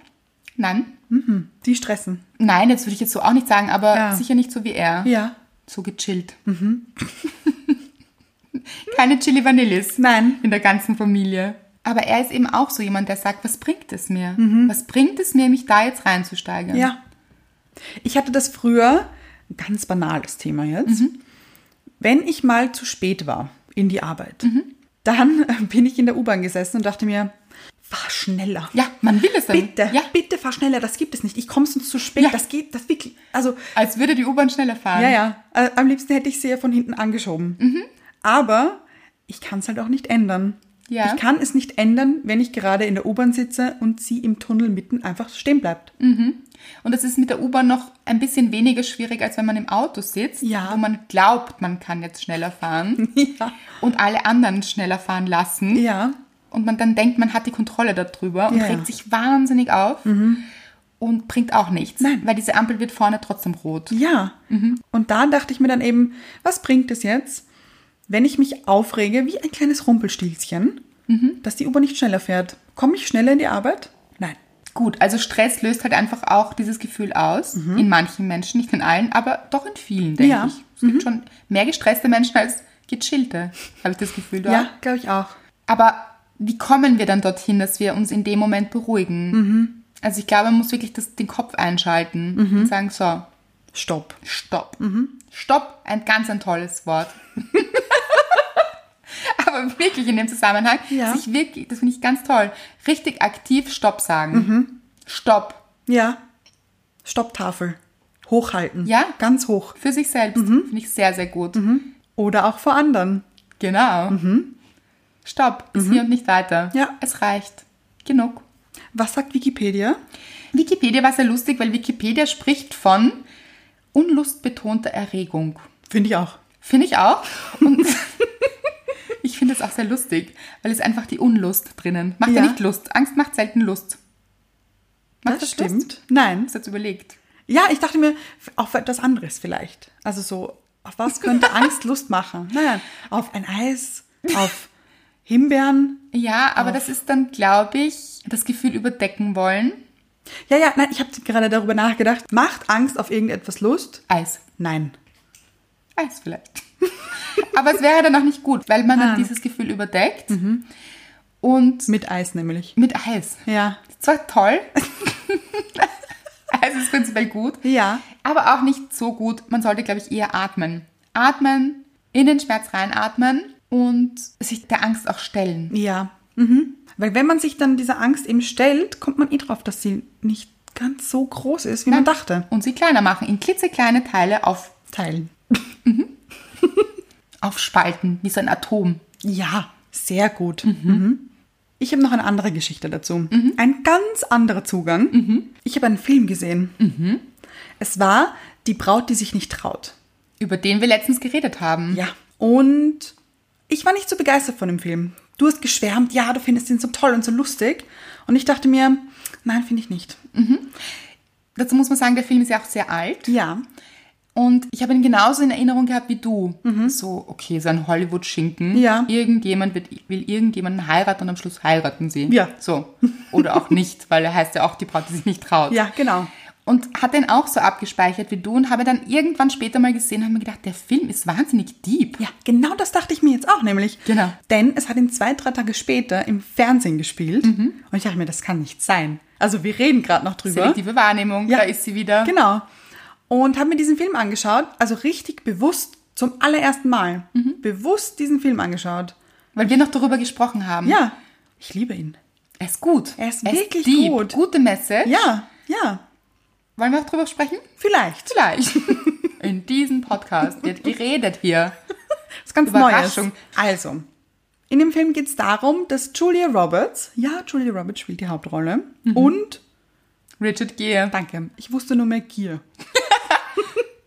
B: Mhm,
A: Nein.
B: Die stressen.
A: Nein, jetzt würde ich jetzt so auch nicht sagen, aber
B: Ja.
A: sicher nicht so wie er.
B: Ja. Mhm.
A: So gechillt. Keine Chili Vanillis.
B: Nein.
A: In der ganzen Familie. Aber er ist eben auch so jemand, der sagt, was bringt es mir? Was bringt es mir, mich da jetzt reinzusteigern?
B: Mhm. Ja. Ich hatte das früher, ein ganz banales Thema jetzt.
A: Mhm.
B: Wenn ich mal zu spät war in die Arbeit,
A: Mhm.
B: dann äh, bin ich in der U-Bahn gesessen und dachte mir, fahr schneller.
A: Ja, man will es dann.
B: Bitte,
A: Ja.
B: bitte fahr schneller, das gibt es nicht. Ich komme sonst zu spät.
A: Ja.
B: Das geht, das wirklich. Also,
A: Als würde die U-Bahn schneller fahren.
B: ja, ja. Äh, am liebsten hätte ich sie ja von hinten angeschoben. Aber ich kann es halt auch nicht ändern.
A: Ja.
B: Ich kann es nicht ändern, wenn ich gerade in der U-Bahn sitze und sie im Tunnel mitten einfach stehen bleibt.
A: Und das ist mit der U-Bahn noch ein bisschen weniger schwierig, als wenn man im Auto sitzt,
B: Ja.
A: wo man glaubt, man kann jetzt schneller fahren
B: Ja.
A: und alle anderen schneller fahren lassen.
B: Ja.
A: Und man dann denkt, man hat die Kontrolle darüber und
B: Ja,
A: regt
B: ja.
A: sich wahnsinnig auf und bringt auch nichts.
B: Nein.
A: Weil diese Ampel wird vorne trotzdem rot.
B: Ja. Und da dachte ich mir dann eben, was bringt es jetzt, wenn ich mich aufrege wie ein kleines Rumpelstilzchen, dass die U-Bahn nicht schneller fährt? Komme ich schneller in die Arbeit? Nein.
A: Gut, also Stress löst halt einfach auch dieses Gefühl aus. In manchen Menschen, nicht in allen, aber doch in vielen, denke
B: Mhm. Ja. Mhm.
A: ich. Es gibt schon mehr gestresste Menschen als gechillte, habe ich das Gefühl. du
B: Ja,
A: auch?
B: glaube ich auch.
A: Aber wie kommen wir dann dorthin, dass wir uns in dem Moment beruhigen?
B: Mhm.
A: Also ich glaube, man muss wirklich das, den Kopf einschalten und sagen, so,
B: Stopp.
A: stopp. Mhm. Stopp, ein ganz ein tolles Wort. Aber wirklich in dem Zusammenhang,
B: Ja.
A: sich wirklich, das finde ich ganz toll, richtig aktiv Stopp sagen.
B: Mhm.
A: Stopp
B: Ja. Stopptafel. Hochhalten.
A: Ja.
B: Ganz hoch.
A: für sich selbst
B: Mhm.
A: finde ich sehr, sehr gut.
B: Oder auch vor anderen.
A: Genau. Stopp, bis hier und nicht weiter.
B: Mhm. Ja.
A: Es reicht. Genug.
B: Was sagt Wikipedia?
A: Wikipedia war sehr lustig, weil Wikipedia spricht von unlustbetonter Erregung.
B: Finde ich auch.
A: Finde ich auch. Und ich finde es auch sehr lustig, weil es einfach die Unlust drinnen. Macht ja,
B: Ja.
A: nicht Lust. Angst macht selten Lust. Macht
B: das
A: Lust?
B: stimmt. Nein.
A: Ich habe jetzt überlegt.
B: Ja, ich dachte mir, auf etwas anderes vielleicht. Also so, auf was könnte Angst Lust machen? Naja, auf ein Eis, auf Himbeeren.
A: Ja, aber das ist dann, glaube ich, das Gefühl überdecken wollen.
B: Ja, ja, nein, ich habe gerade darüber nachgedacht. Macht Angst auf irgendetwas Lust?
A: Eis.
B: Nein.
A: Eis vielleicht. aber es wäre dann auch nicht gut, weil man
B: Ah.
A: dann dieses Gefühl überdeckt.
B: Mhm.
A: Und
B: Mit Eis nämlich.
A: mit Eis.
B: Ja.
A: Ist zwar toll. Eis ist prinzipiell gut.
B: Ja.
A: aber auch nicht so gut. Man sollte, glaube ich, eher atmen. Atmen, in den Schmerz reinatmen und sich der Angst auch stellen.
B: Ja. Mhm. Weil wenn man sich dann dieser Angst eben stellt, kommt man eh drauf, dass sie nicht ganz so groß ist, wie man dachte.
A: Und sie kleiner machen, in klitzekleine Teile auf,
B: Teilen.
A: aufspalten, wie so ein Atom.
B: Ja, sehr gut. Mhm. Ich habe noch eine andere Geschichte dazu. Ein ganz anderer Zugang. Ich habe einen Film gesehen. Es war Die Braut, die sich nicht traut.
A: Über den wir letztens geredet haben.
B: Ja. Und ich war nicht so begeistert von dem Film. Du hast geschwärmt, ja, du findest ihn so toll und so lustig. Und ich dachte mir, nein, finde ich nicht.
A: Dazu muss man sagen, der Film ist ja auch sehr alt.
B: Ja.
A: Und ich habe ihn genauso in Erinnerung gehabt wie du. So, okay, so ein Hollywood-Schinken.
B: Mhm. Ja.
A: Irgendjemand wird, will irgendjemanden heiraten und am Schluss heiraten sie.
B: Ja.
A: So. Oder auch nicht, weil er heißt ja auch, die Braut, die sich nicht traut.
B: Ja, genau.
A: Und hat den auch so abgespeichert wie du und habe dann irgendwann später mal gesehen und habe mir gedacht, der Film ist wahnsinnig deep.
B: Ja, genau das dachte ich mir jetzt auch nämlich.
A: Genau.
B: Denn es hat ihn zwei, drei Tage später im Fernsehen gespielt. Und ich dachte mir, das kann nicht sein. Also wir reden gerade noch drüber.
A: Selektive Wahrnehmung,
B: Ja.
A: da ist sie wieder.
B: Genau. Und habe mir diesen Film angeschaut, also richtig bewusst zum allerersten Mal. Bewusst diesen Film angeschaut.
A: Weil wir noch darüber gesprochen haben.
B: Ja, Mhm. ich liebe ihn.
A: Er ist gut.
B: Er ist wirklich
A: deep.
B: gut.
A: Gute Message.
B: Ja, ja,
A: Wollen wir auch drüber sprechen?
B: vielleicht.
A: Vielleicht. In diesem Podcast wird geredet hier.
B: Das ist ganz
A: Überraschung.
B: Neues. Also, in dem Film geht es darum, dass Julia Roberts, ja, Julia Roberts spielt die Hauptrolle. Und,
A: Richard Gere.
B: danke, ich wusste nur mehr Gier.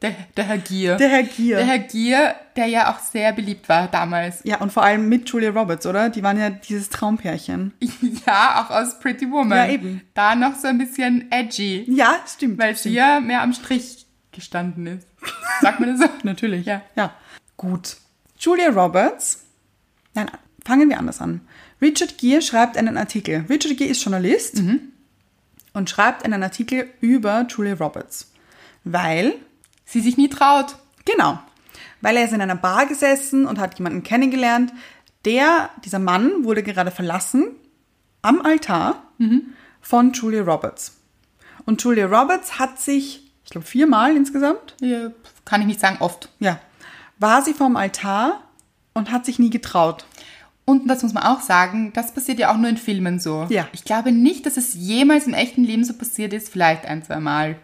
A: Der, der Herr Gier.
B: Der Herr Gier.
A: Der Herr Gier, der ja auch sehr beliebt war damals.
B: ja, und vor allem mit Julia Roberts, oder? Die waren ja dieses Traumpärchen.
A: Ja, auch aus Pretty Woman.
B: Ja, eben.
A: Da noch so ein bisschen edgy,
B: Ja, stimmt.
A: weil
B: stimmt.
A: sie ja mehr am Strich gestanden ist. Sagt man das so?
B: Natürlich.
A: Ja.
B: ja. Gut. Julia Roberts. Nein, fangen wir anders an. Richard Gere schreibt einen Artikel. Richard Gere ist Journalist und schreibt einen Artikel über Julia Roberts. Weil,
A: Sie sich nie traut.
B: genau, weil er ist in einer Bar gesessen und hat jemanden kennengelernt. Der, dieser Mann wurde gerade verlassen am Altar von Julia Roberts. Und Julia Roberts hat sich, ich glaube, viermal insgesamt
A: Ja, Kann ich nicht sagen, oft.
B: ja. War sie vorm Altar und hat sich nie getraut.
A: Und das muss man auch sagen, das passiert ja auch nur in Filmen so.
B: Ja.
A: Ich glaube nicht, dass es jemals im echten Leben so passiert ist, vielleicht ein, zwei Mal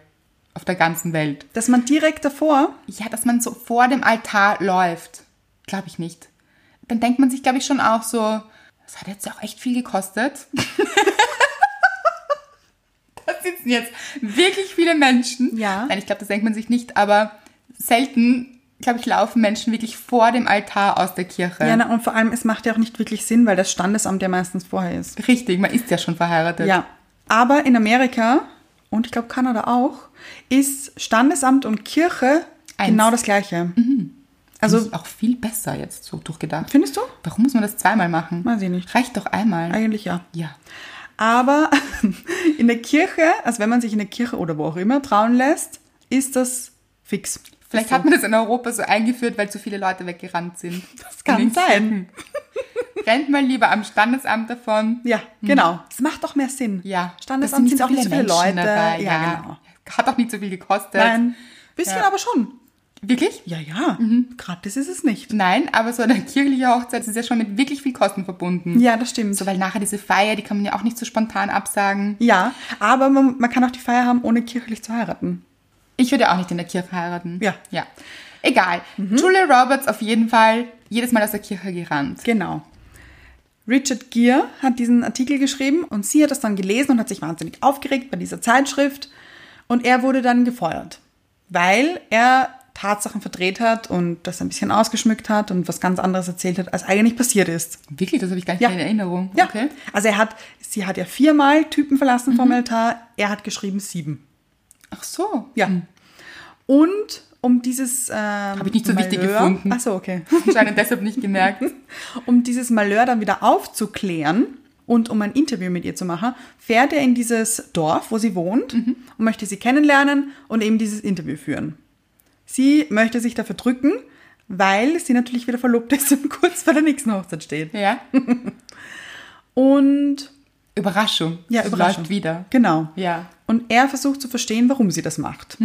A: auf der ganzen Welt.
B: Dass man direkt davor,
A: Ja, dass man so vor dem Altar läuft, glaube ich nicht. Dann denkt man sich, glaube ich, schon auch so, das hat jetzt auch echt viel gekostet. da sitzen jetzt wirklich viele Menschen.
B: Ja.
A: Nein, ich glaube, das denkt man sich nicht, aber selten, glaube ich, laufen Menschen wirklich vor dem Altar aus der Kirche.
B: ja, na, und vor allem, es macht ja auch nicht wirklich Sinn, weil das Standesamt ja meistens vorher ist.
A: Richtig, man ist ja schon verheiratet.
B: Ja. Aber in Amerika und ich glaube Kanada auch, ist Standesamt und Kirche
A: Eins. Mhm.
B: genau das Gleiche. Also,
A: ist auch viel besser jetzt so durchgedacht.
B: findest du?
A: Warum muss man das zweimal machen?
B: Weiß ich nicht.
A: Reicht doch einmal.
B: Eigentlich ja.
A: ja.
B: Aber in der Kirche, also wenn man sich in der Kirche oder wo auch immer trauen lässt, ist das fix.
A: Vielleicht hat man das in Europa so eingeführt, weil zu viele Leute weggerannt sind. Das
B: kann sein.
A: Rennt mal lieber am Standesamt davon.
B: Ja, genau. Es macht doch mehr Sinn.
A: Mhm. Ja.
B: Standesamt sind,
A: so
B: auch nicht so viele Leute.
A: Menschen Dabei.
B: Ja,
A: Ja,
B: genau.
A: Hat auch nicht so viel gekostet.
B: Nein. Bisschen
A: Ja. Mhm.
B: aber schon.
A: Wirklich?
B: Ja, ja. Gratis ist es nicht.
A: Nein, aber so eine kirchliche Hochzeit ist ja schon mit wirklich viel Kosten verbunden.
B: Ja, das stimmt.
A: So, weil nachher diese Feier, die kann man ja auch nicht so spontan absagen.
B: Ja, aber man, man kann auch die Feier haben, ohne kirchlich zu heiraten.
A: Ich würde auch nicht in der Kirche heiraten.
B: Ja. Mhm.
A: Ja. Egal. Julia Roberts auf jeden Fall jedes Mal aus der Kirche gerannt.
B: Genau. Richard Gere hat diesen Artikel geschrieben und sie hat das dann gelesen und hat sich wahnsinnig aufgeregt bei dieser Zeitschrift. Und er wurde dann gefeuert, weil er Tatsachen verdreht hat und das ein bisschen ausgeschmückt hat und was ganz anderes erzählt hat, als eigentlich passiert ist.
A: Wirklich? Das habe ich gar nicht
B: Ja.
A: mehr in Erinnerung.
B: Ja.
A: Okay. Mhm.
B: Also er hat, sie hat ja viermal Typen verlassen vom Altar, er hat geschrieben sieben.
A: Ach so.
B: Ja. Und um dieses ähm, Habe
A: Mhm. ich nicht so wichtig gefunden.
B: Ach so, okay.
A: Anscheinend deshalb nicht gemerkt.
B: Um dieses Malheur dann wieder aufzuklären und um ein Interview mit ihr zu machen, fährt er in dieses Dorf, wo sie wohnt
A: Mhm.
B: und möchte sie kennenlernen und eben dieses Interview führen. Sie möchte sich dafür drücken, weil sie natürlich wieder verlobt ist und kurz vor der nächsten Hochzeit steht.
A: Ja.
B: Und
A: Überraschung.
B: ja,
A: Es
B: Überraschung.
A: Läuft wieder.
B: Genau.
A: Ja. Hm.
B: Und er versucht zu verstehen, warum sie das macht.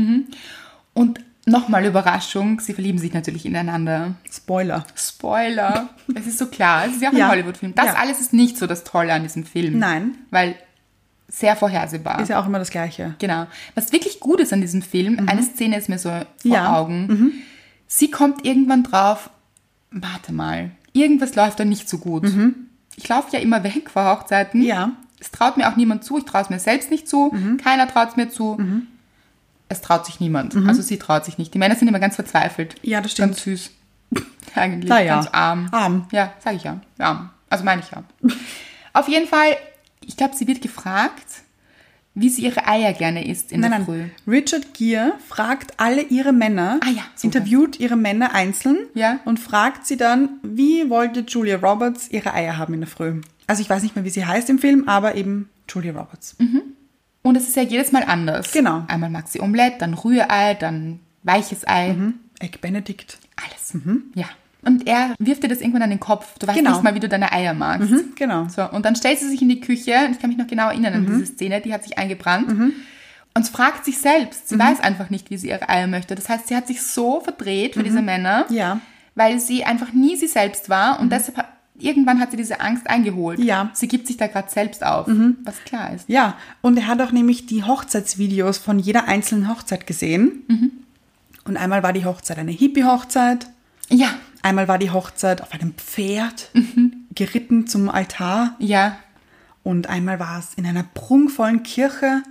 A: Und Nochmal Überraschung, sie verlieben sich natürlich ineinander.
B: Spoiler.
A: Spoiler. Es ist so klar, es ist ja auch ein
B: Ja.
A: Hollywood-Film. Das
B: Ja.
A: alles ist nicht so das Tolle an diesem Film.
B: Nein.
A: Weil sehr vorhersehbar.
B: Ist ja auch immer das Gleiche.
A: Genau. Was wirklich gut ist an diesem Film, eine Szene ist mir so vor
B: Mhm. Ja. Mhm.
A: Augen. Sie kommt irgendwann drauf, warte mal, irgendwas läuft da nicht so gut. Ich laufe ja immer weg vor Hochzeiten.
B: Mhm. Ja. Mhm.
A: Es traut mir auch niemand zu, ich traue es mir selbst nicht zu, keiner traut es mir zu. Es traut sich niemand. Also sie traut sich nicht. Die Männer sind immer ganz verzweifelt.
B: Mhm. Ja, das
A: Ganz süß. Eigentlich.
B: Na ja.
A: Ganz arm.
B: Arm.
A: Ja, sage ich ja. Arm. Also meine ich ja. Auf jeden Fall, ich glaube, sie wird gefragt, wie sie ihre Eier gerne isst in
B: Nein,
A: der
B: nein.
A: Früh.
B: Richard Gere fragt alle ihre Männer,
A: Ah ja, super.
B: interviewt ihre Männer einzeln
A: Ja.
B: und fragt sie dann, wie wollte Julia Roberts ihre Eier haben in der Früh. Also ich weiß nicht mehr, wie sie heißt im Film, aber eben Julia Roberts.
A: Mhm. Und es ist ja jedes Mal anders.
B: Genau.
A: Einmal mag sie Omelette, dann Rührei, dann weiches Ei.
B: Mhm. Hm? Egg Benedict.
A: Alles. Ja. Und er wirft dir das irgendwann an den Kopf. Du weißt
B: Mhm. Genau.
A: nicht mal, wie du deine Eier magst.
B: Hm, Genau.
A: So, und dann stellt sie sich in die Küche, und ich kann mich noch genau erinnern an
B: Mhm.
A: diese Szene, die hat sich eingebrannt. Und fragt sich selbst, sie
B: Mhm.
A: weiß einfach nicht, wie sie ihre Eier möchte. Das heißt, sie hat sich so verdreht für diese Männer,
B: Mhm. Ja. Mhm.
A: weil sie einfach nie sie selbst war und deshalb ha- irgendwann hat sie diese Angst eingeholt.
B: Ja. Mhm.
A: Sie gibt sich da gerade selbst auf, was klar ist.
B: Ja, und er hat auch nämlich die Hochzeitsvideos von jeder einzelnen Hochzeit gesehen.
A: Mhm.
B: Und einmal war die Hochzeit eine Hippie-Hochzeit,
A: Ja,
B: einmal war die Hochzeit auf einem Pferd, geritten zum Altar
A: ja,
B: und einmal war es in einer prunkvollen Kirche.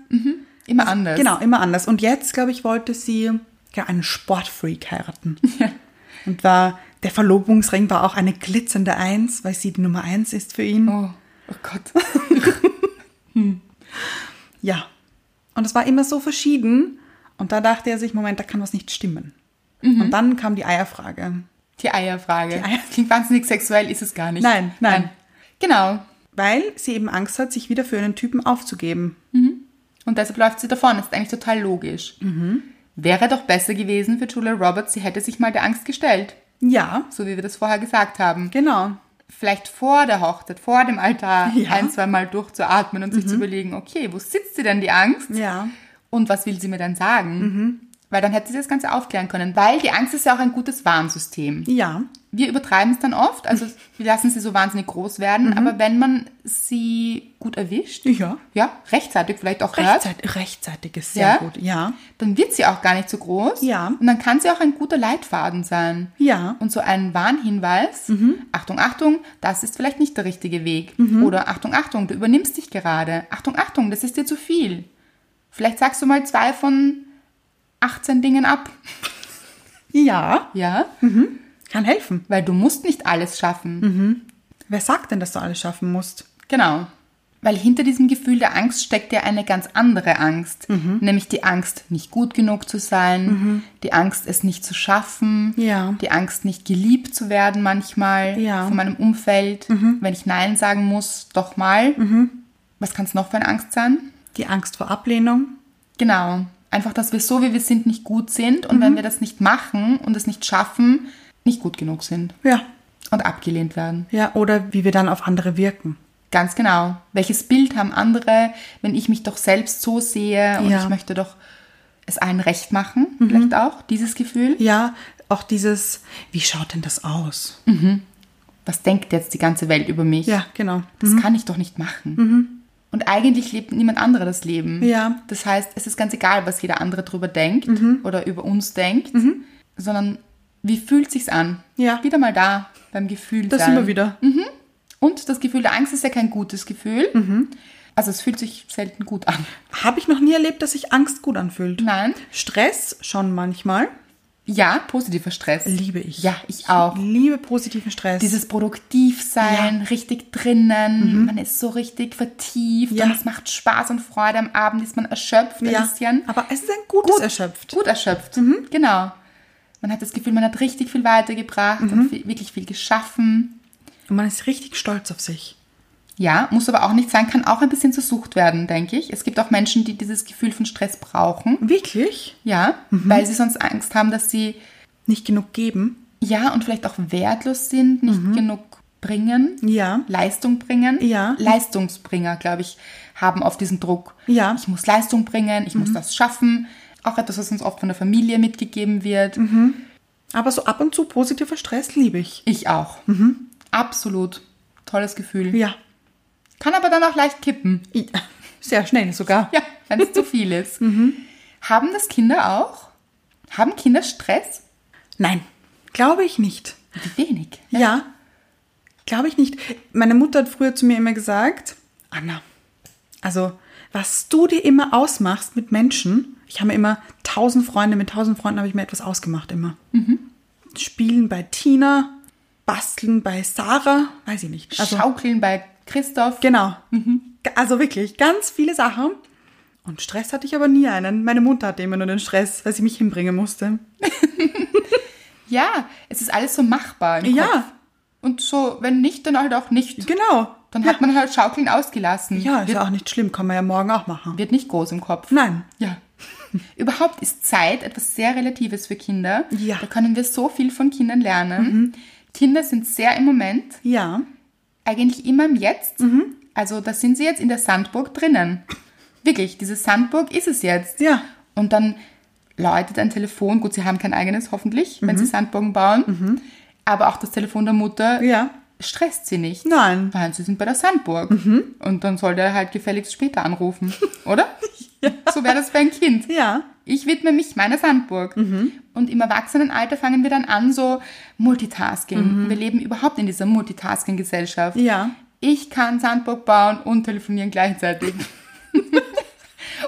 A: immer anders.
B: Genau, immer anders. Und jetzt, glaube ich, wollte sie ja, einen Sportfreak heiraten. Und war, der Verlobungsring war auch eine glitzernde Eins, weil sie die Nummer Eins ist für ihn.
A: Oh, oh Gott.
B: Ja. Und es war immer so verschieden. Und da dachte er sich, Moment, da kann was nicht stimmen. Und dann kam die Eierfrage.
A: Die Eierfrage.
B: Die Eier-
A: Klingt wahnsinnig sexuell, ist es gar nicht.
B: Nein, nein.
A: Genau.
B: Weil sie eben Angst hat, sich wieder für einen Typen aufzugeben.
A: Und deshalb läuft sie davon. Das ist eigentlich total logisch.
B: Mhm.
A: Wäre doch besser gewesen für Julia Roberts, sie hätte sich mal der Angst gestellt.
B: Ja,
A: So wie wir das vorher gesagt haben.
B: genau.
A: Vielleicht vor der Hochzeit, vor dem Altar,
B: Ja. Mhm.
A: ein, zwei Mal durchzuatmen und sich zu überlegen, okay, wo sitzt sie denn die Angst?
B: Ja. Mhm.
A: Und was will sie mir dann sagen? Weil dann hätte sie das Ganze aufklären können. Weil die Angst ist ja auch ein gutes Warnsystem.
B: Ja.
A: Wir übertreiben es dann oft, also wir lassen sie so wahnsinnig groß werden, aber wenn man sie gut erwischt,
B: Mhm. Ja.
A: ja, rechtzeitig vielleicht auch hört,
B: Rechtzeit, rechtzeitig ist sehr
A: Ja?
B: gut. Ja.
A: dann wird sie auch gar nicht so groß.
B: Ja.
A: Und dann kann sie auch ein guter Leitfaden sein.
B: Ja. Mhm.
A: Und so ein Warnhinweis, Achtung, Achtung, das ist vielleicht nicht der richtige Weg. Oder Achtung, Achtung, du übernimmst dich gerade. Achtung, Achtung, das ist dir zu viel. Vielleicht sagst du mal zwei von 18 Dingen ab.
B: Ja.
A: Ja,
B: Kann helfen.
A: weil du musst nicht alles schaffen.
B: Wer sagt denn, dass du alles schaffen musst?
A: Genau. Weil hinter diesem Gefühl der Angst steckt ja eine ganz andere Angst,
B: Mhm.
A: nämlich die Angst, nicht gut genug zu sein, die Angst, es nicht zu schaffen,
B: Ja.
A: die Angst, nicht geliebt zu werden manchmal
B: Ja. Mhm.
A: von meinem Umfeld, wenn ich Nein sagen muss, doch mal. Was kann es noch für eine Angst sein?
B: Die Angst vor Ablehnung?
A: Genau. Einfach, dass wir so, wie wir sind, nicht gut sind und
B: Mhm.
A: wenn wir das nicht machen und es nicht schaffen, nicht gut genug sind
B: Ja.
A: und abgelehnt werden.
B: Ja, oder wie wir dann auf andere wirken.
A: Ganz genau. Welches Bild haben andere, wenn ich mich doch selbst so sehe und
B: Ja. Mhm.
A: ich möchte doch es allen recht machen, vielleicht auch, dieses Gefühl.
B: Ja, auch dieses, wie schaut denn das aus?
A: Was denkt jetzt die ganze Welt über mich?
B: Ja, genau.
A: Das kann ich doch nicht machen. Und eigentlich lebt niemand anderer das Leben.
B: Ja. Mhm.
A: Das heißt, es ist ganz egal, was jeder andere drüber denkt oder über uns denkt, sondern wie fühlt sich's an?
B: Ja.
A: Wieder mal da beim Gefühl
B: Das
A: sein.
B: sind wir wieder.
A: Hm. Und das Gefühl der Angst ist ja kein gutes Gefühl.
B: Mhm.
A: Also es fühlt sich selten gut an.
B: Habe ich noch nie erlebt, dass sich Angst gut anfühlt.
A: Nein.
B: Stress schon manchmal.
A: Ja, positiver Stress.
B: Liebe ich.
A: Ja, ich auch.
B: Liebe positiven Stress.
A: Dieses Produktivsein, richtig drinnen, man ist so richtig vertieft
B: Mhm. Ja.
A: und es macht Spaß und Freude. Am Abend ist man erschöpft ein
B: ja.
A: bisschen.
B: Aber es ist ein gutes
A: Gut.
B: Erschöpft. Mhm.
A: Gut erschöpft, genau. Man hat das Gefühl, man hat richtig viel weitergebracht
B: Mhm.
A: und viel, wirklich viel geschaffen.
B: Und man ist richtig stolz auf sich.
A: Ja, muss aber auch nicht sein, kann auch ein bisschen zur Sucht werden, denke ich. Es gibt auch Menschen, die dieses Gefühl von Stress brauchen,
B: Wirklich?
A: ja,
B: Mhm.
A: weil sie sonst Angst haben, dass sie
B: Nicht genug geben.
A: ja und vielleicht auch wertlos sind, nicht
B: Mhm.
A: genug bringen.
B: Ja.
A: Leistung bringen.
B: Ja.
A: Leistungsbringer, glaube ich, haben oft diesen Druck.
B: Ja. Mhm.
A: Ich muss Leistung bringen, ich muss das schaffen. Auch etwas, was uns oft von der Familie mitgegeben wird.
B: Mhm. Aber so ab und zu positiver Stress liebe ich.
A: Ich auch. Absolut. Tolles Gefühl.
B: Mhm. Ja.
A: Kann aber dann auch leicht kippen.
B: I- Sehr schnell sogar.
A: Ja, wenn es zu viel ist.
B: Mhm.
A: Haben das Kinder auch? Haben Kinder Stress?
B: Nein, glaube ich nicht.
A: Wie wenig.
B: Ja. Glaube ich nicht. Meine Mutter hat früher zu mir immer gesagt, Anna, also was du dir immer ausmachst mit Menschen, ich habe mir immer tausend Freunde, mit tausend Freunden habe ich mir etwas ausgemacht immer. Spielen bei Tina, basteln bei Sarah, weiß ich nicht. Also,
A: Schaukeln bei Christoph.
B: Genau.
A: Mhm.
B: Also wirklich, ganz viele Sachen. Und Stress hatte ich aber nie einen. Meine Mutter hatte immer nur den Stress, weil sie mich hinbringen musste.
A: Ja, es ist alles so machbar. Im
B: Ja.
A: Kopf. Und so, wenn nicht, dann halt auch nicht.
B: Genau.
A: Dann hat man halt Schaukeln ausgelassen.
B: Ja, ist
A: wird,
B: ja auch nicht schlimm, kann man ja morgen auch machen.
A: wird nicht groß im Kopf.
B: Nein.
A: Ja. Überhaupt ist Zeit etwas sehr Relatives für Kinder.
B: Ja. Mhm.
A: Da können wir so viel von Kindern lernen. Kinder sind sehr im Moment,
B: Ja.
A: eigentlich immer im Jetzt.
B: Mhm.
A: Also da sind sie jetzt in der Sandburg drinnen. Wirklich, diese Sandburg ist es jetzt.
B: Ja.
A: Und dann läutet ein Telefon. Gut, sie haben kein eigenes, hoffentlich, wenn sie
B: Mhm.
A: Sandburgen bauen. Aber auch das Telefon der Mutter
B: Ja.
A: stresst sie nicht.
B: Nein. Mhm.
A: Nein, sie sind bei der Sandburg. Und dann soll der halt gefälligst später anrufen, oder? So wäre das für ein Kind.
B: Ja.
A: Ich widme mich meiner Sandburg.
B: Mhm.
A: Und im Erwachsenenalter fangen wir dann an, so Multitasking.
B: Mhm.
A: Wir leben überhaupt in dieser Multitasking-Gesellschaft.
B: Ja.
A: Ich kann Sandburg bauen und telefonieren gleichzeitig.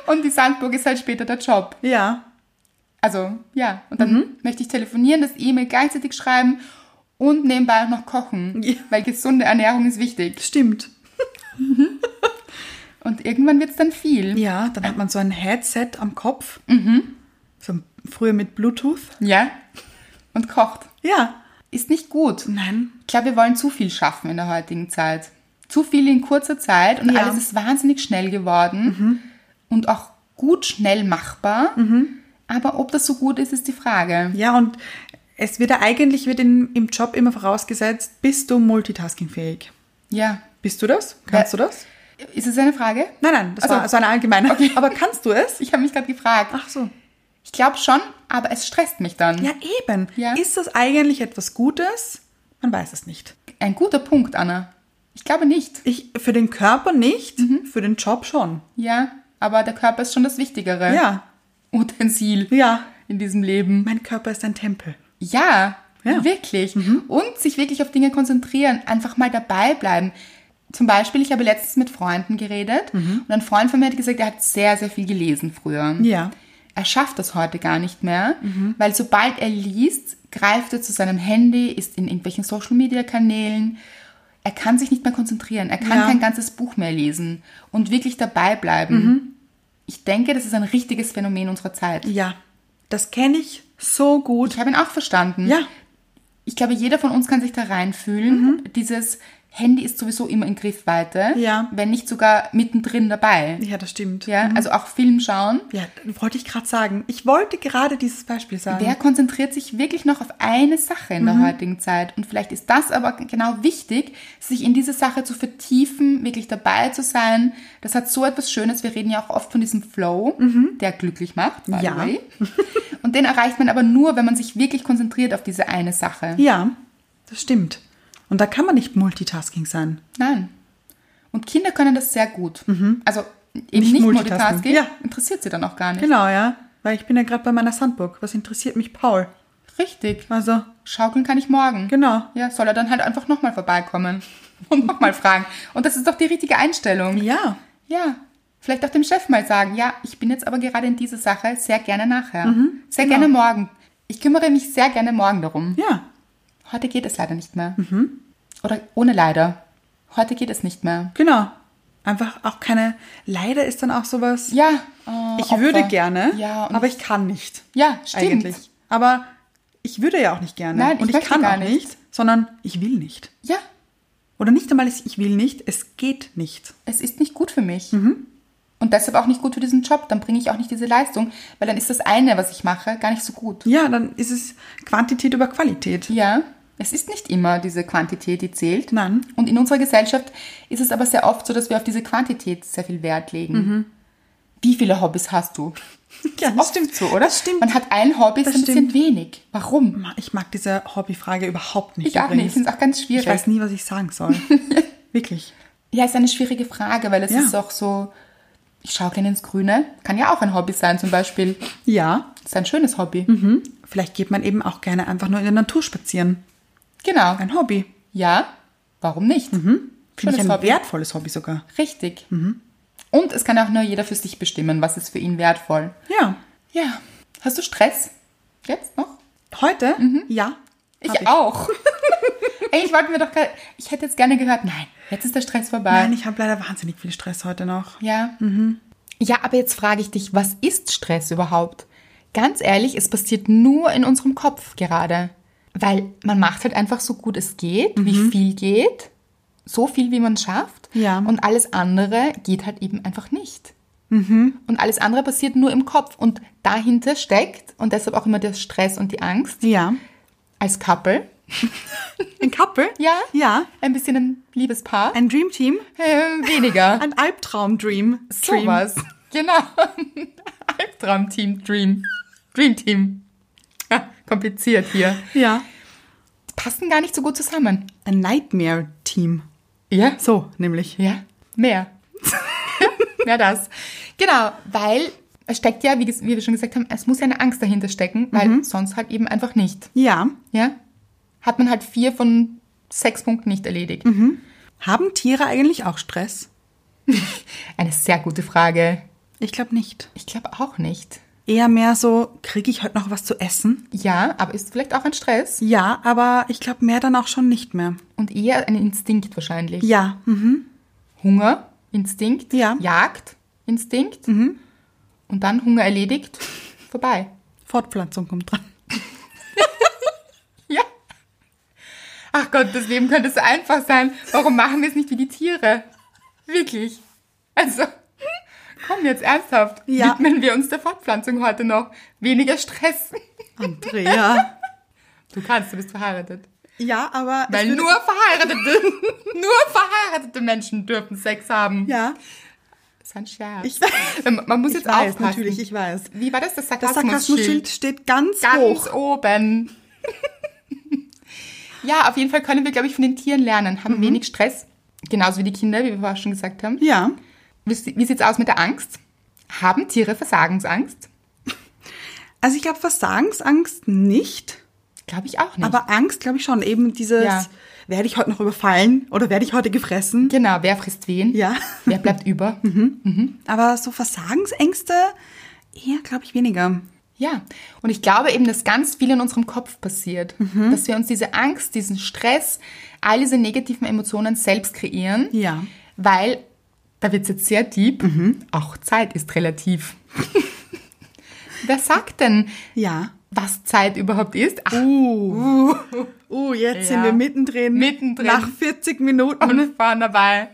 A: und die Sandburg ist halt später der Job.
B: Ja.
A: Also, ja. Und
B: Mhm.
A: dann möchte ich telefonieren, das E-Mail gleichzeitig schreiben und nebenbei auch noch kochen.
B: Ja.
A: Weil gesunde Ernährung ist wichtig.
B: Stimmt.
A: Und irgendwann wird es dann viel.
B: Ja, dann hat man so ein Headset am Kopf.
A: Mhm.
B: So ein- früher mit Bluetooth.
A: Ja. Und kocht.
B: Ja.
A: Ist nicht gut.
B: Nein.
A: Ich glaube, wir wollen zu viel schaffen in der heutigen Zeit. Zu viel in kurzer Zeit und
B: Ja. Mhm.
A: alles ist wahnsinnig schnell geworden und auch gut schnell machbar. Aber ob das so gut ist, ist die Frage.
B: Ja, und es wird ja eigentlich wird in, im Job immer vorausgesetzt, bist du multitaskingfähig?
A: Ja.
B: Bist du das? Kannst du das?
A: Ist es eine Frage?
B: Nein, nein, das
A: Also-
B: war so eine allgemeine.
A: Okay.
B: Aber kannst du es?
A: Ich habe mich gerade gefragt.
B: Ach so.
A: Ich glaube schon, aber es stresst mich dann.
B: Ja, eben.
A: Ja.
B: Ist das eigentlich etwas Gutes? Man weiß es nicht.
A: Ein guter Punkt, Anna. Ich glaube nicht.
B: Ich, für den Körper nicht, für den Job schon.
A: Ja, aber der Körper ist schon das wichtigere
B: Ja,
A: Utensil
B: ja.
A: in diesem Leben.
B: Mein Körper ist ein Tempel.
A: Ja,
B: Ja. Mhm.
A: wirklich. Und sich wirklich auf Dinge konzentrieren, einfach mal dabei bleiben. Zum Beispiel, ich habe letztens mit Freunden geredet
B: Mhm.
A: und ein Freund von mir hat gesagt, er hat sehr, sehr viel gelesen früher.
B: Ja. Mhm.
A: Er schafft das heute gar nicht mehr, weil sobald er liest, greift er zu seinem Handy, ist in irgendwelchen Social-Media-Kanälen. Er kann sich nicht mehr konzentrieren. Er kann
B: Ja.
A: kein ganzes Buch mehr lesen und wirklich dabei bleiben. Ich denke, das ist ein richtiges Phänomen unserer Zeit.
B: Mhm. Ja, das kenne ich so gut.
A: Ich habe ihn auch verstanden
B: Ja,
A: ich glaube, jeder von uns kann sich da
B: Mhm.
A: reinfühlen. Dieses Handy ist sowieso immer in Griffweite,
B: Ja. Mhm.
A: wenn nicht sogar mittendrin dabei.
B: ja, das stimmt.
A: Ja, also auch Film schauen.
B: Ja, wollte ich gerade sagen. Ich wollte gerade dieses Beispiel sagen.
A: Wer konzentriert sich wirklich noch auf eine Sache in
B: Mhm.
A: der heutigen Zeit? Und vielleicht ist das aber genau wichtig, sich in diese Sache zu vertiefen, wirklich dabei zu sein. Das hat so etwas Schönes. Wir reden ja auch oft von diesem Flow, der glücklich macht. By
B: Mhm. Ja.
A: The way. Und den erreicht man aber nur, wenn man sich wirklich konzentriert auf diese eine Sache.
B: Ja, das stimmt. Und da kann man nicht Multitasking sein.
A: Nein. Und Kinder können das sehr gut. Also eben nicht,
B: Mhm. Nicht
A: Multitasking,
B: Multitasking, ja.
A: interessiert sie dann auch gar nicht.
B: Genau, ja. Weil ich bin ja gerade bei meiner Sandburg. Was interessiert mich Paul?
A: Richtig.
B: Also,
A: Schaukeln kann ich morgen.
B: genau.
A: Ja, soll er dann halt einfach nochmal vorbeikommen und nochmal fragen. Und das ist doch die richtige Einstellung.
B: Ja,
A: Ja. Vielleicht auch dem Chef mal sagen, ja, ich bin jetzt aber gerade in dieser Sache sehr gerne nachher. sehr gerne morgen. Ich kümmere mich sehr gerne morgen darum.
B: Mhm. Genau. ja. Mhm.
A: Heute geht es leider nicht mehr. Oder ohne leider. Heute geht es nicht mehr.
B: Genau. Einfach auch keine. Leider ist dann auch sowas.
A: Ja. äh,
B: ich
A: Opfer.
B: würde gerne,
A: Ja, und
B: aber ich kann nicht.
A: Ja, stimmt.
B: Eigentlich. Aber ich würde ja auch nicht gerne.
A: Nein, ich
B: und ich
A: möchte
B: kann
A: gar
B: auch
A: nicht.
B: nicht. sondern ich will nicht.
A: Ja,
B: Oder nicht einmal ist ich will nicht, es geht nicht.
A: es ist nicht gut für mich.
B: Mhm.
A: Und deshalb auch nicht gut für diesen Job. Dann bringe ich auch nicht diese Leistung, weil dann ist das eine, was ich mache, gar nicht so gut.
B: Ja, dann ist es Quantität über Qualität.
A: Ja, es ist nicht immer diese Quantität, die zählt.
B: Nein.
A: Und in unserer Gesellschaft ist
B: Mhm.
A: es aber sehr oft so, dass wir auf diese Quantität sehr viel Wert legen. Wie viele Hobbys hast du?
B: Ja, das stimmt so, oder?
A: Das stimmt. Man hat ein Hobby, ist
B: Das
A: ein bisschen wenig. Warum?
B: Ich mag diese Hobbyfrage überhaupt nicht.
A: Ich auch nicht. Ich finde es auch ganz schwierig.
B: Ich weiß nie, was ich sagen soll. Wirklich.
A: Ja, ist eine schwierige Frage, weil es
B: Ja.
A: ist auch so, ich schaue gerne ins Grüne. Kann ja auch ein Hobby sein, zum Beispiel.
B: Ja.
A: Ist ein schönes Hobby.
B: Hm? Vielleicht geht man eben auch gerne einfach nur in der Natur spazieren.
A: Genau.
B: Ein Hobby.
A: Ja, warum nicht?
B: Mhm. Finde ich Mhm.
A: Schönes
B: ein
A: Hobby.
B: wertvolles Hobby sogar.
A: Richtig. Und es kann auch nur jeder für sich bestimmen, was ist für ihn wertvoll.
B: Ja.
A: Ja. Hast du Stress? Jetzt noch?
B: Heute? Mhm. Ja.
A: Ich,
B: hab
A: auch. Eigentlich wollten wir doch gerade. Ich hätte jetzt gerne gehört, nein, jetzt ist der Stress vorbei.
B: Nein, ich habe leider wahnsinnig viel Stress heute noch.
A: Ja.
B: Mhm.
A: Ja, aber jetzt frage ich dich, was ist Stress überhaupt? Ganz ehrlich, es passiert nur in unserem Kopf gerade. Weil man macht halt einfach so gut es geht, wie viel geht, so viel wie man schafft.
B: Mhm. Ja.
A: Und alles andere geht halt eben einfach nicht.
B: Mhm.
A: Und alles andere passiert nur im Kopf. Und dahinter steckt, und deshalb auch immer der Stress und die Angst,
B: Ja.
A: als Couple,
B: Ein Couple?
A: ja,
B: Ja.
A: ein bisschen ein Liebespaar,
B: Ein Dream Team?
A: äh, weniger.
B: Ein Albtraum-Dream. Dream.
A: Sowas. Genau. Albtraum-Team, Dream. Dream-Team. Ha, Kompliziert hier.
B: Ja.
A: Die passen gar nicht so gut zusammen.
B: Ein Nightmare-Team.
A: Ja?
B: So, nämlich.
A: Ja. Mehr. ja, das. Genau, weil es steckt ja, wie, ges- wie wir schon gesagt haben, es muss ja eine Angst dahinter stecken, weil sonst halt eben einfach nicht.
B: Ja.
A: Ja? Hat man halt vier von sechs Punkten nicht erledigt.
B: Haben Tiere eigentlich auch Stress?
A: Eine sehr gute Frage.
B: Ich glaube nicht.
A: Ich glaube auch nicht.
B: Eher mehr so, kriege ich heute noch was zu essen?
A: Ja, aber ist vielleicht auch ein Stress
B: Ja, aber ich glaube mehr dann auch schon nicht mehr.
A: und eher ein Instinkt wahrscheinlich.
B: Ja. Mhm.
A: Hunger, Instinkt,
B: Ja. Mhm.
A: Jagd, Instinkt und dann Hunger erledigt, vorbei.
B: Fortpflanzung kommt dran.
A: Ja. Ach Gott, das Leben könnte so einfach sein. Warum machen wir es nicht wie die Tiere? Wirklich. Also, komm jetzt ernsthaft.
B: Ja.
A: Widmen wir uns der Fortpflanzung heute noch. Weniger Stress.
B: Andrea.
A: Du kannst, du bist verheiratet.
B: ja, aber. ich
A: Weil
B: würde-
A: nur verheiratete, nur verheiratete Menschen dürfen Sex haben.
B: Ja.
A: Das ist ein Scherz.
B: Ich-
A: man, man muss
B: Ich
A: jetzt
B: weiß,
A: aufpassen.
B: natürlich, ich weiß.
A: Wie war das? Das
B: Das Sarkasmusschild
A: Sarkasmus-Schild.
B: steht ganz,
A: Ganz
B: hoch.
A: oben. ja, auf jeden Fall können wir, glaube ich, von den Tieren lernen.
B: Mhm.
A: Haben wenig Stress, genauso wie die Kinder, wie wir vorher schon gesagt haben.
B: Ja.
A: Wie, wie sieht's aus mit der Angst? Haben Tiere Versagensangst?
B: Also ich glaube Versagensangst nicht,
A: Glaube ich auch nicht.
B: aber Angst glaube ich schon. Eben dieses,
A: Ja.
B: werde ich heute noch überfallen oder werde ich heute gefressen?
A: genau, wer frisst wen?
B: Ja. Mhm.
A: Wer bleibt über?
B: Aber so Versagensängste eher glaube ich weniger.
A: Ja, und ich glaube eben, dass ganz viel in unserem Kopf passiert,
B: Mhm.
A: dass wir uns diese Angst, diesen Stress, all diese negativen Emotionen selbst kreieren,
B: Ja.
A: weil, da wird's jetzt sehr deep,
B: Mhm.
A: auch Zeit ist relativ. Wer sagt denn,
B: Ja.
A: was Zeit überhaupt ist? Ach,
B: Uh. Uh, jetzt
A: Ja.
B: sind wir mittendrin.
A: Mittendrin.
B: Nach 40 Minuten.
A: und fahren dabei.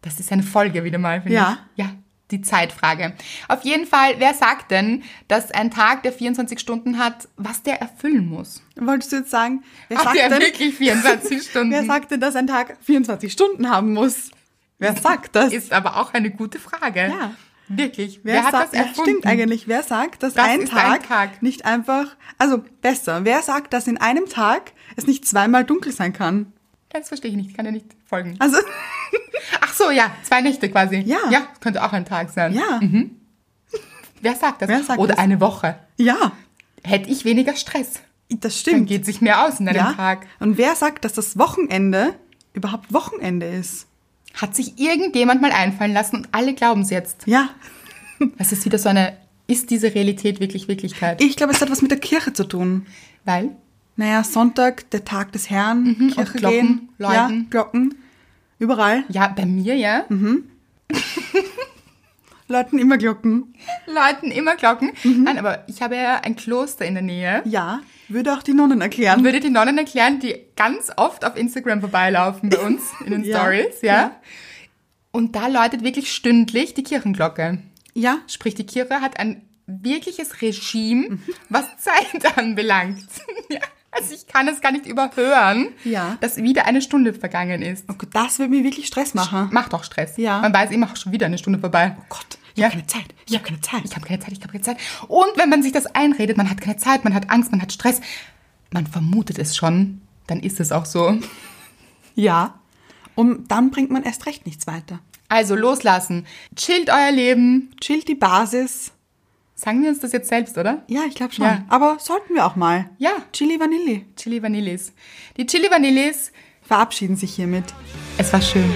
A: Das ist eine Folge wieder mal, finde
B: Ja.
A: ich. Ja. Die Zeitfrage. Auf jeden Fall, wer sagt denn, dass ein Tag, der 24 Stunden hat, was der erfüllen muss?
B: Wolltest du jetzt sagen, wer
A: Hat
B: sagt,
A: der
B: denn,
A: wirklich 24 Stunden?
B: wer sagt denn, dass ein Tag 24 Stunden haben muss? Wer sagt das?
A: Ist aber auch eine gute Frage.
B: Ja.
A: Wirklich. Wer,
B: Wer,
A: hat
B: sagt,
A: das
B: das
A: erfunden?
B: stimmt eigentlich, wer sagt, dass
A: Das
B: ein,
A: ist ein
B: Tag
A: Tag.
B: nicht einfach, also besser, wer sagt, dass in einem Tag es nicht zweimal dunkel sein kann?
A: Das verstehe ich nicht. Kann ja nicht folgen.
B: Also,
A: Ach so, ja. Zwei Nächte quasi.
B: Ja.
A: Ja, könnte auch ein Tag sein.
B: ja,
A: Wer sagt das?
B: Wer sagt
A: Oder
B: das?
A: eine Woche.
B: ja,
A: Hätte ich weniger Stress.
B: das
A: Dann
B: stimmt.
A: geht sich mehr aus in einem
B: ja.
A: Tag.
B: Und wer sagt, dass das Wochenende überhaupt Wochenende ist?
A: Hat sich irgendjemand mal einfallen lassen und alle glauben es jetzt.
B: Ja,
A: Das ist wieder so eine, ist diese Realität wirklich Wirklichkeit?
B: ich glaube, es hat was mit der Kirche zu tun.
A: Weil
B: Naja, Sonntag, der Tag des Herrn, Kirche
A: Mhm, und Glocken
B: gehen, ja,
A: läuten.
B: Glocken, überall,
A: Ja, bei mir, ja.
B: Mhm. läuten immer Glocken.
A: Läuten immer Glocken.
B: Mhm.
A: Nein, aber ich habe ja ein Kloster in der Nähe.
B: Ja, würde auch die Nonnen erklären.
A: würde die Nonnen erklären, die ganz oft auf Instagram vorbeilaufen bei uns in den
B: Ja.
A: Stories, ja.
B: Ja.
A: Und da läutet wirklich stündlich die Kirchenglocke.
B: Ja,
A: Sprich, die Kirche hat ein wirkliches Regime, was Zeit anbelangt. ja. Also ich kann es gar nicht überhören,
B: Ja.
A: dass wieder eine Stunde vergangen ist.
B: oh Gott, das wird mir wirklich Stress machen.
A: Macht auch Stress.
B: Ja.
A: Man weiß immer auch schon wieder eine Stunde vorbei.
B: Gott, Ich
A: Ja.
B: habe keine Zeit. Ich habe keine Zeit.
A: Ich habe keine Zeit, ich habe keine Zeit. Und wenn man sich das einredet, man hat keine Zeit, man hat Angst, man hat Stress, man vermutet es schon, dann ist es auch so.
B: Ja. Und dann bringt man erst recht nichts weiter.
A: Also loslassen. Chillt euer Leben.
B: Chillt die Basis.
A: Sagen wir uns das jetzt selbst, oder?
B: Ja, ich glaube schon.
A: Ja.
B: Aber sollten wir auch mal.
A: Ja.
B: Chili Vanilli
A: Chili Vanillis. Die Chili Vanillis,
B: verabschieden sich hiermit.
A: es war schön.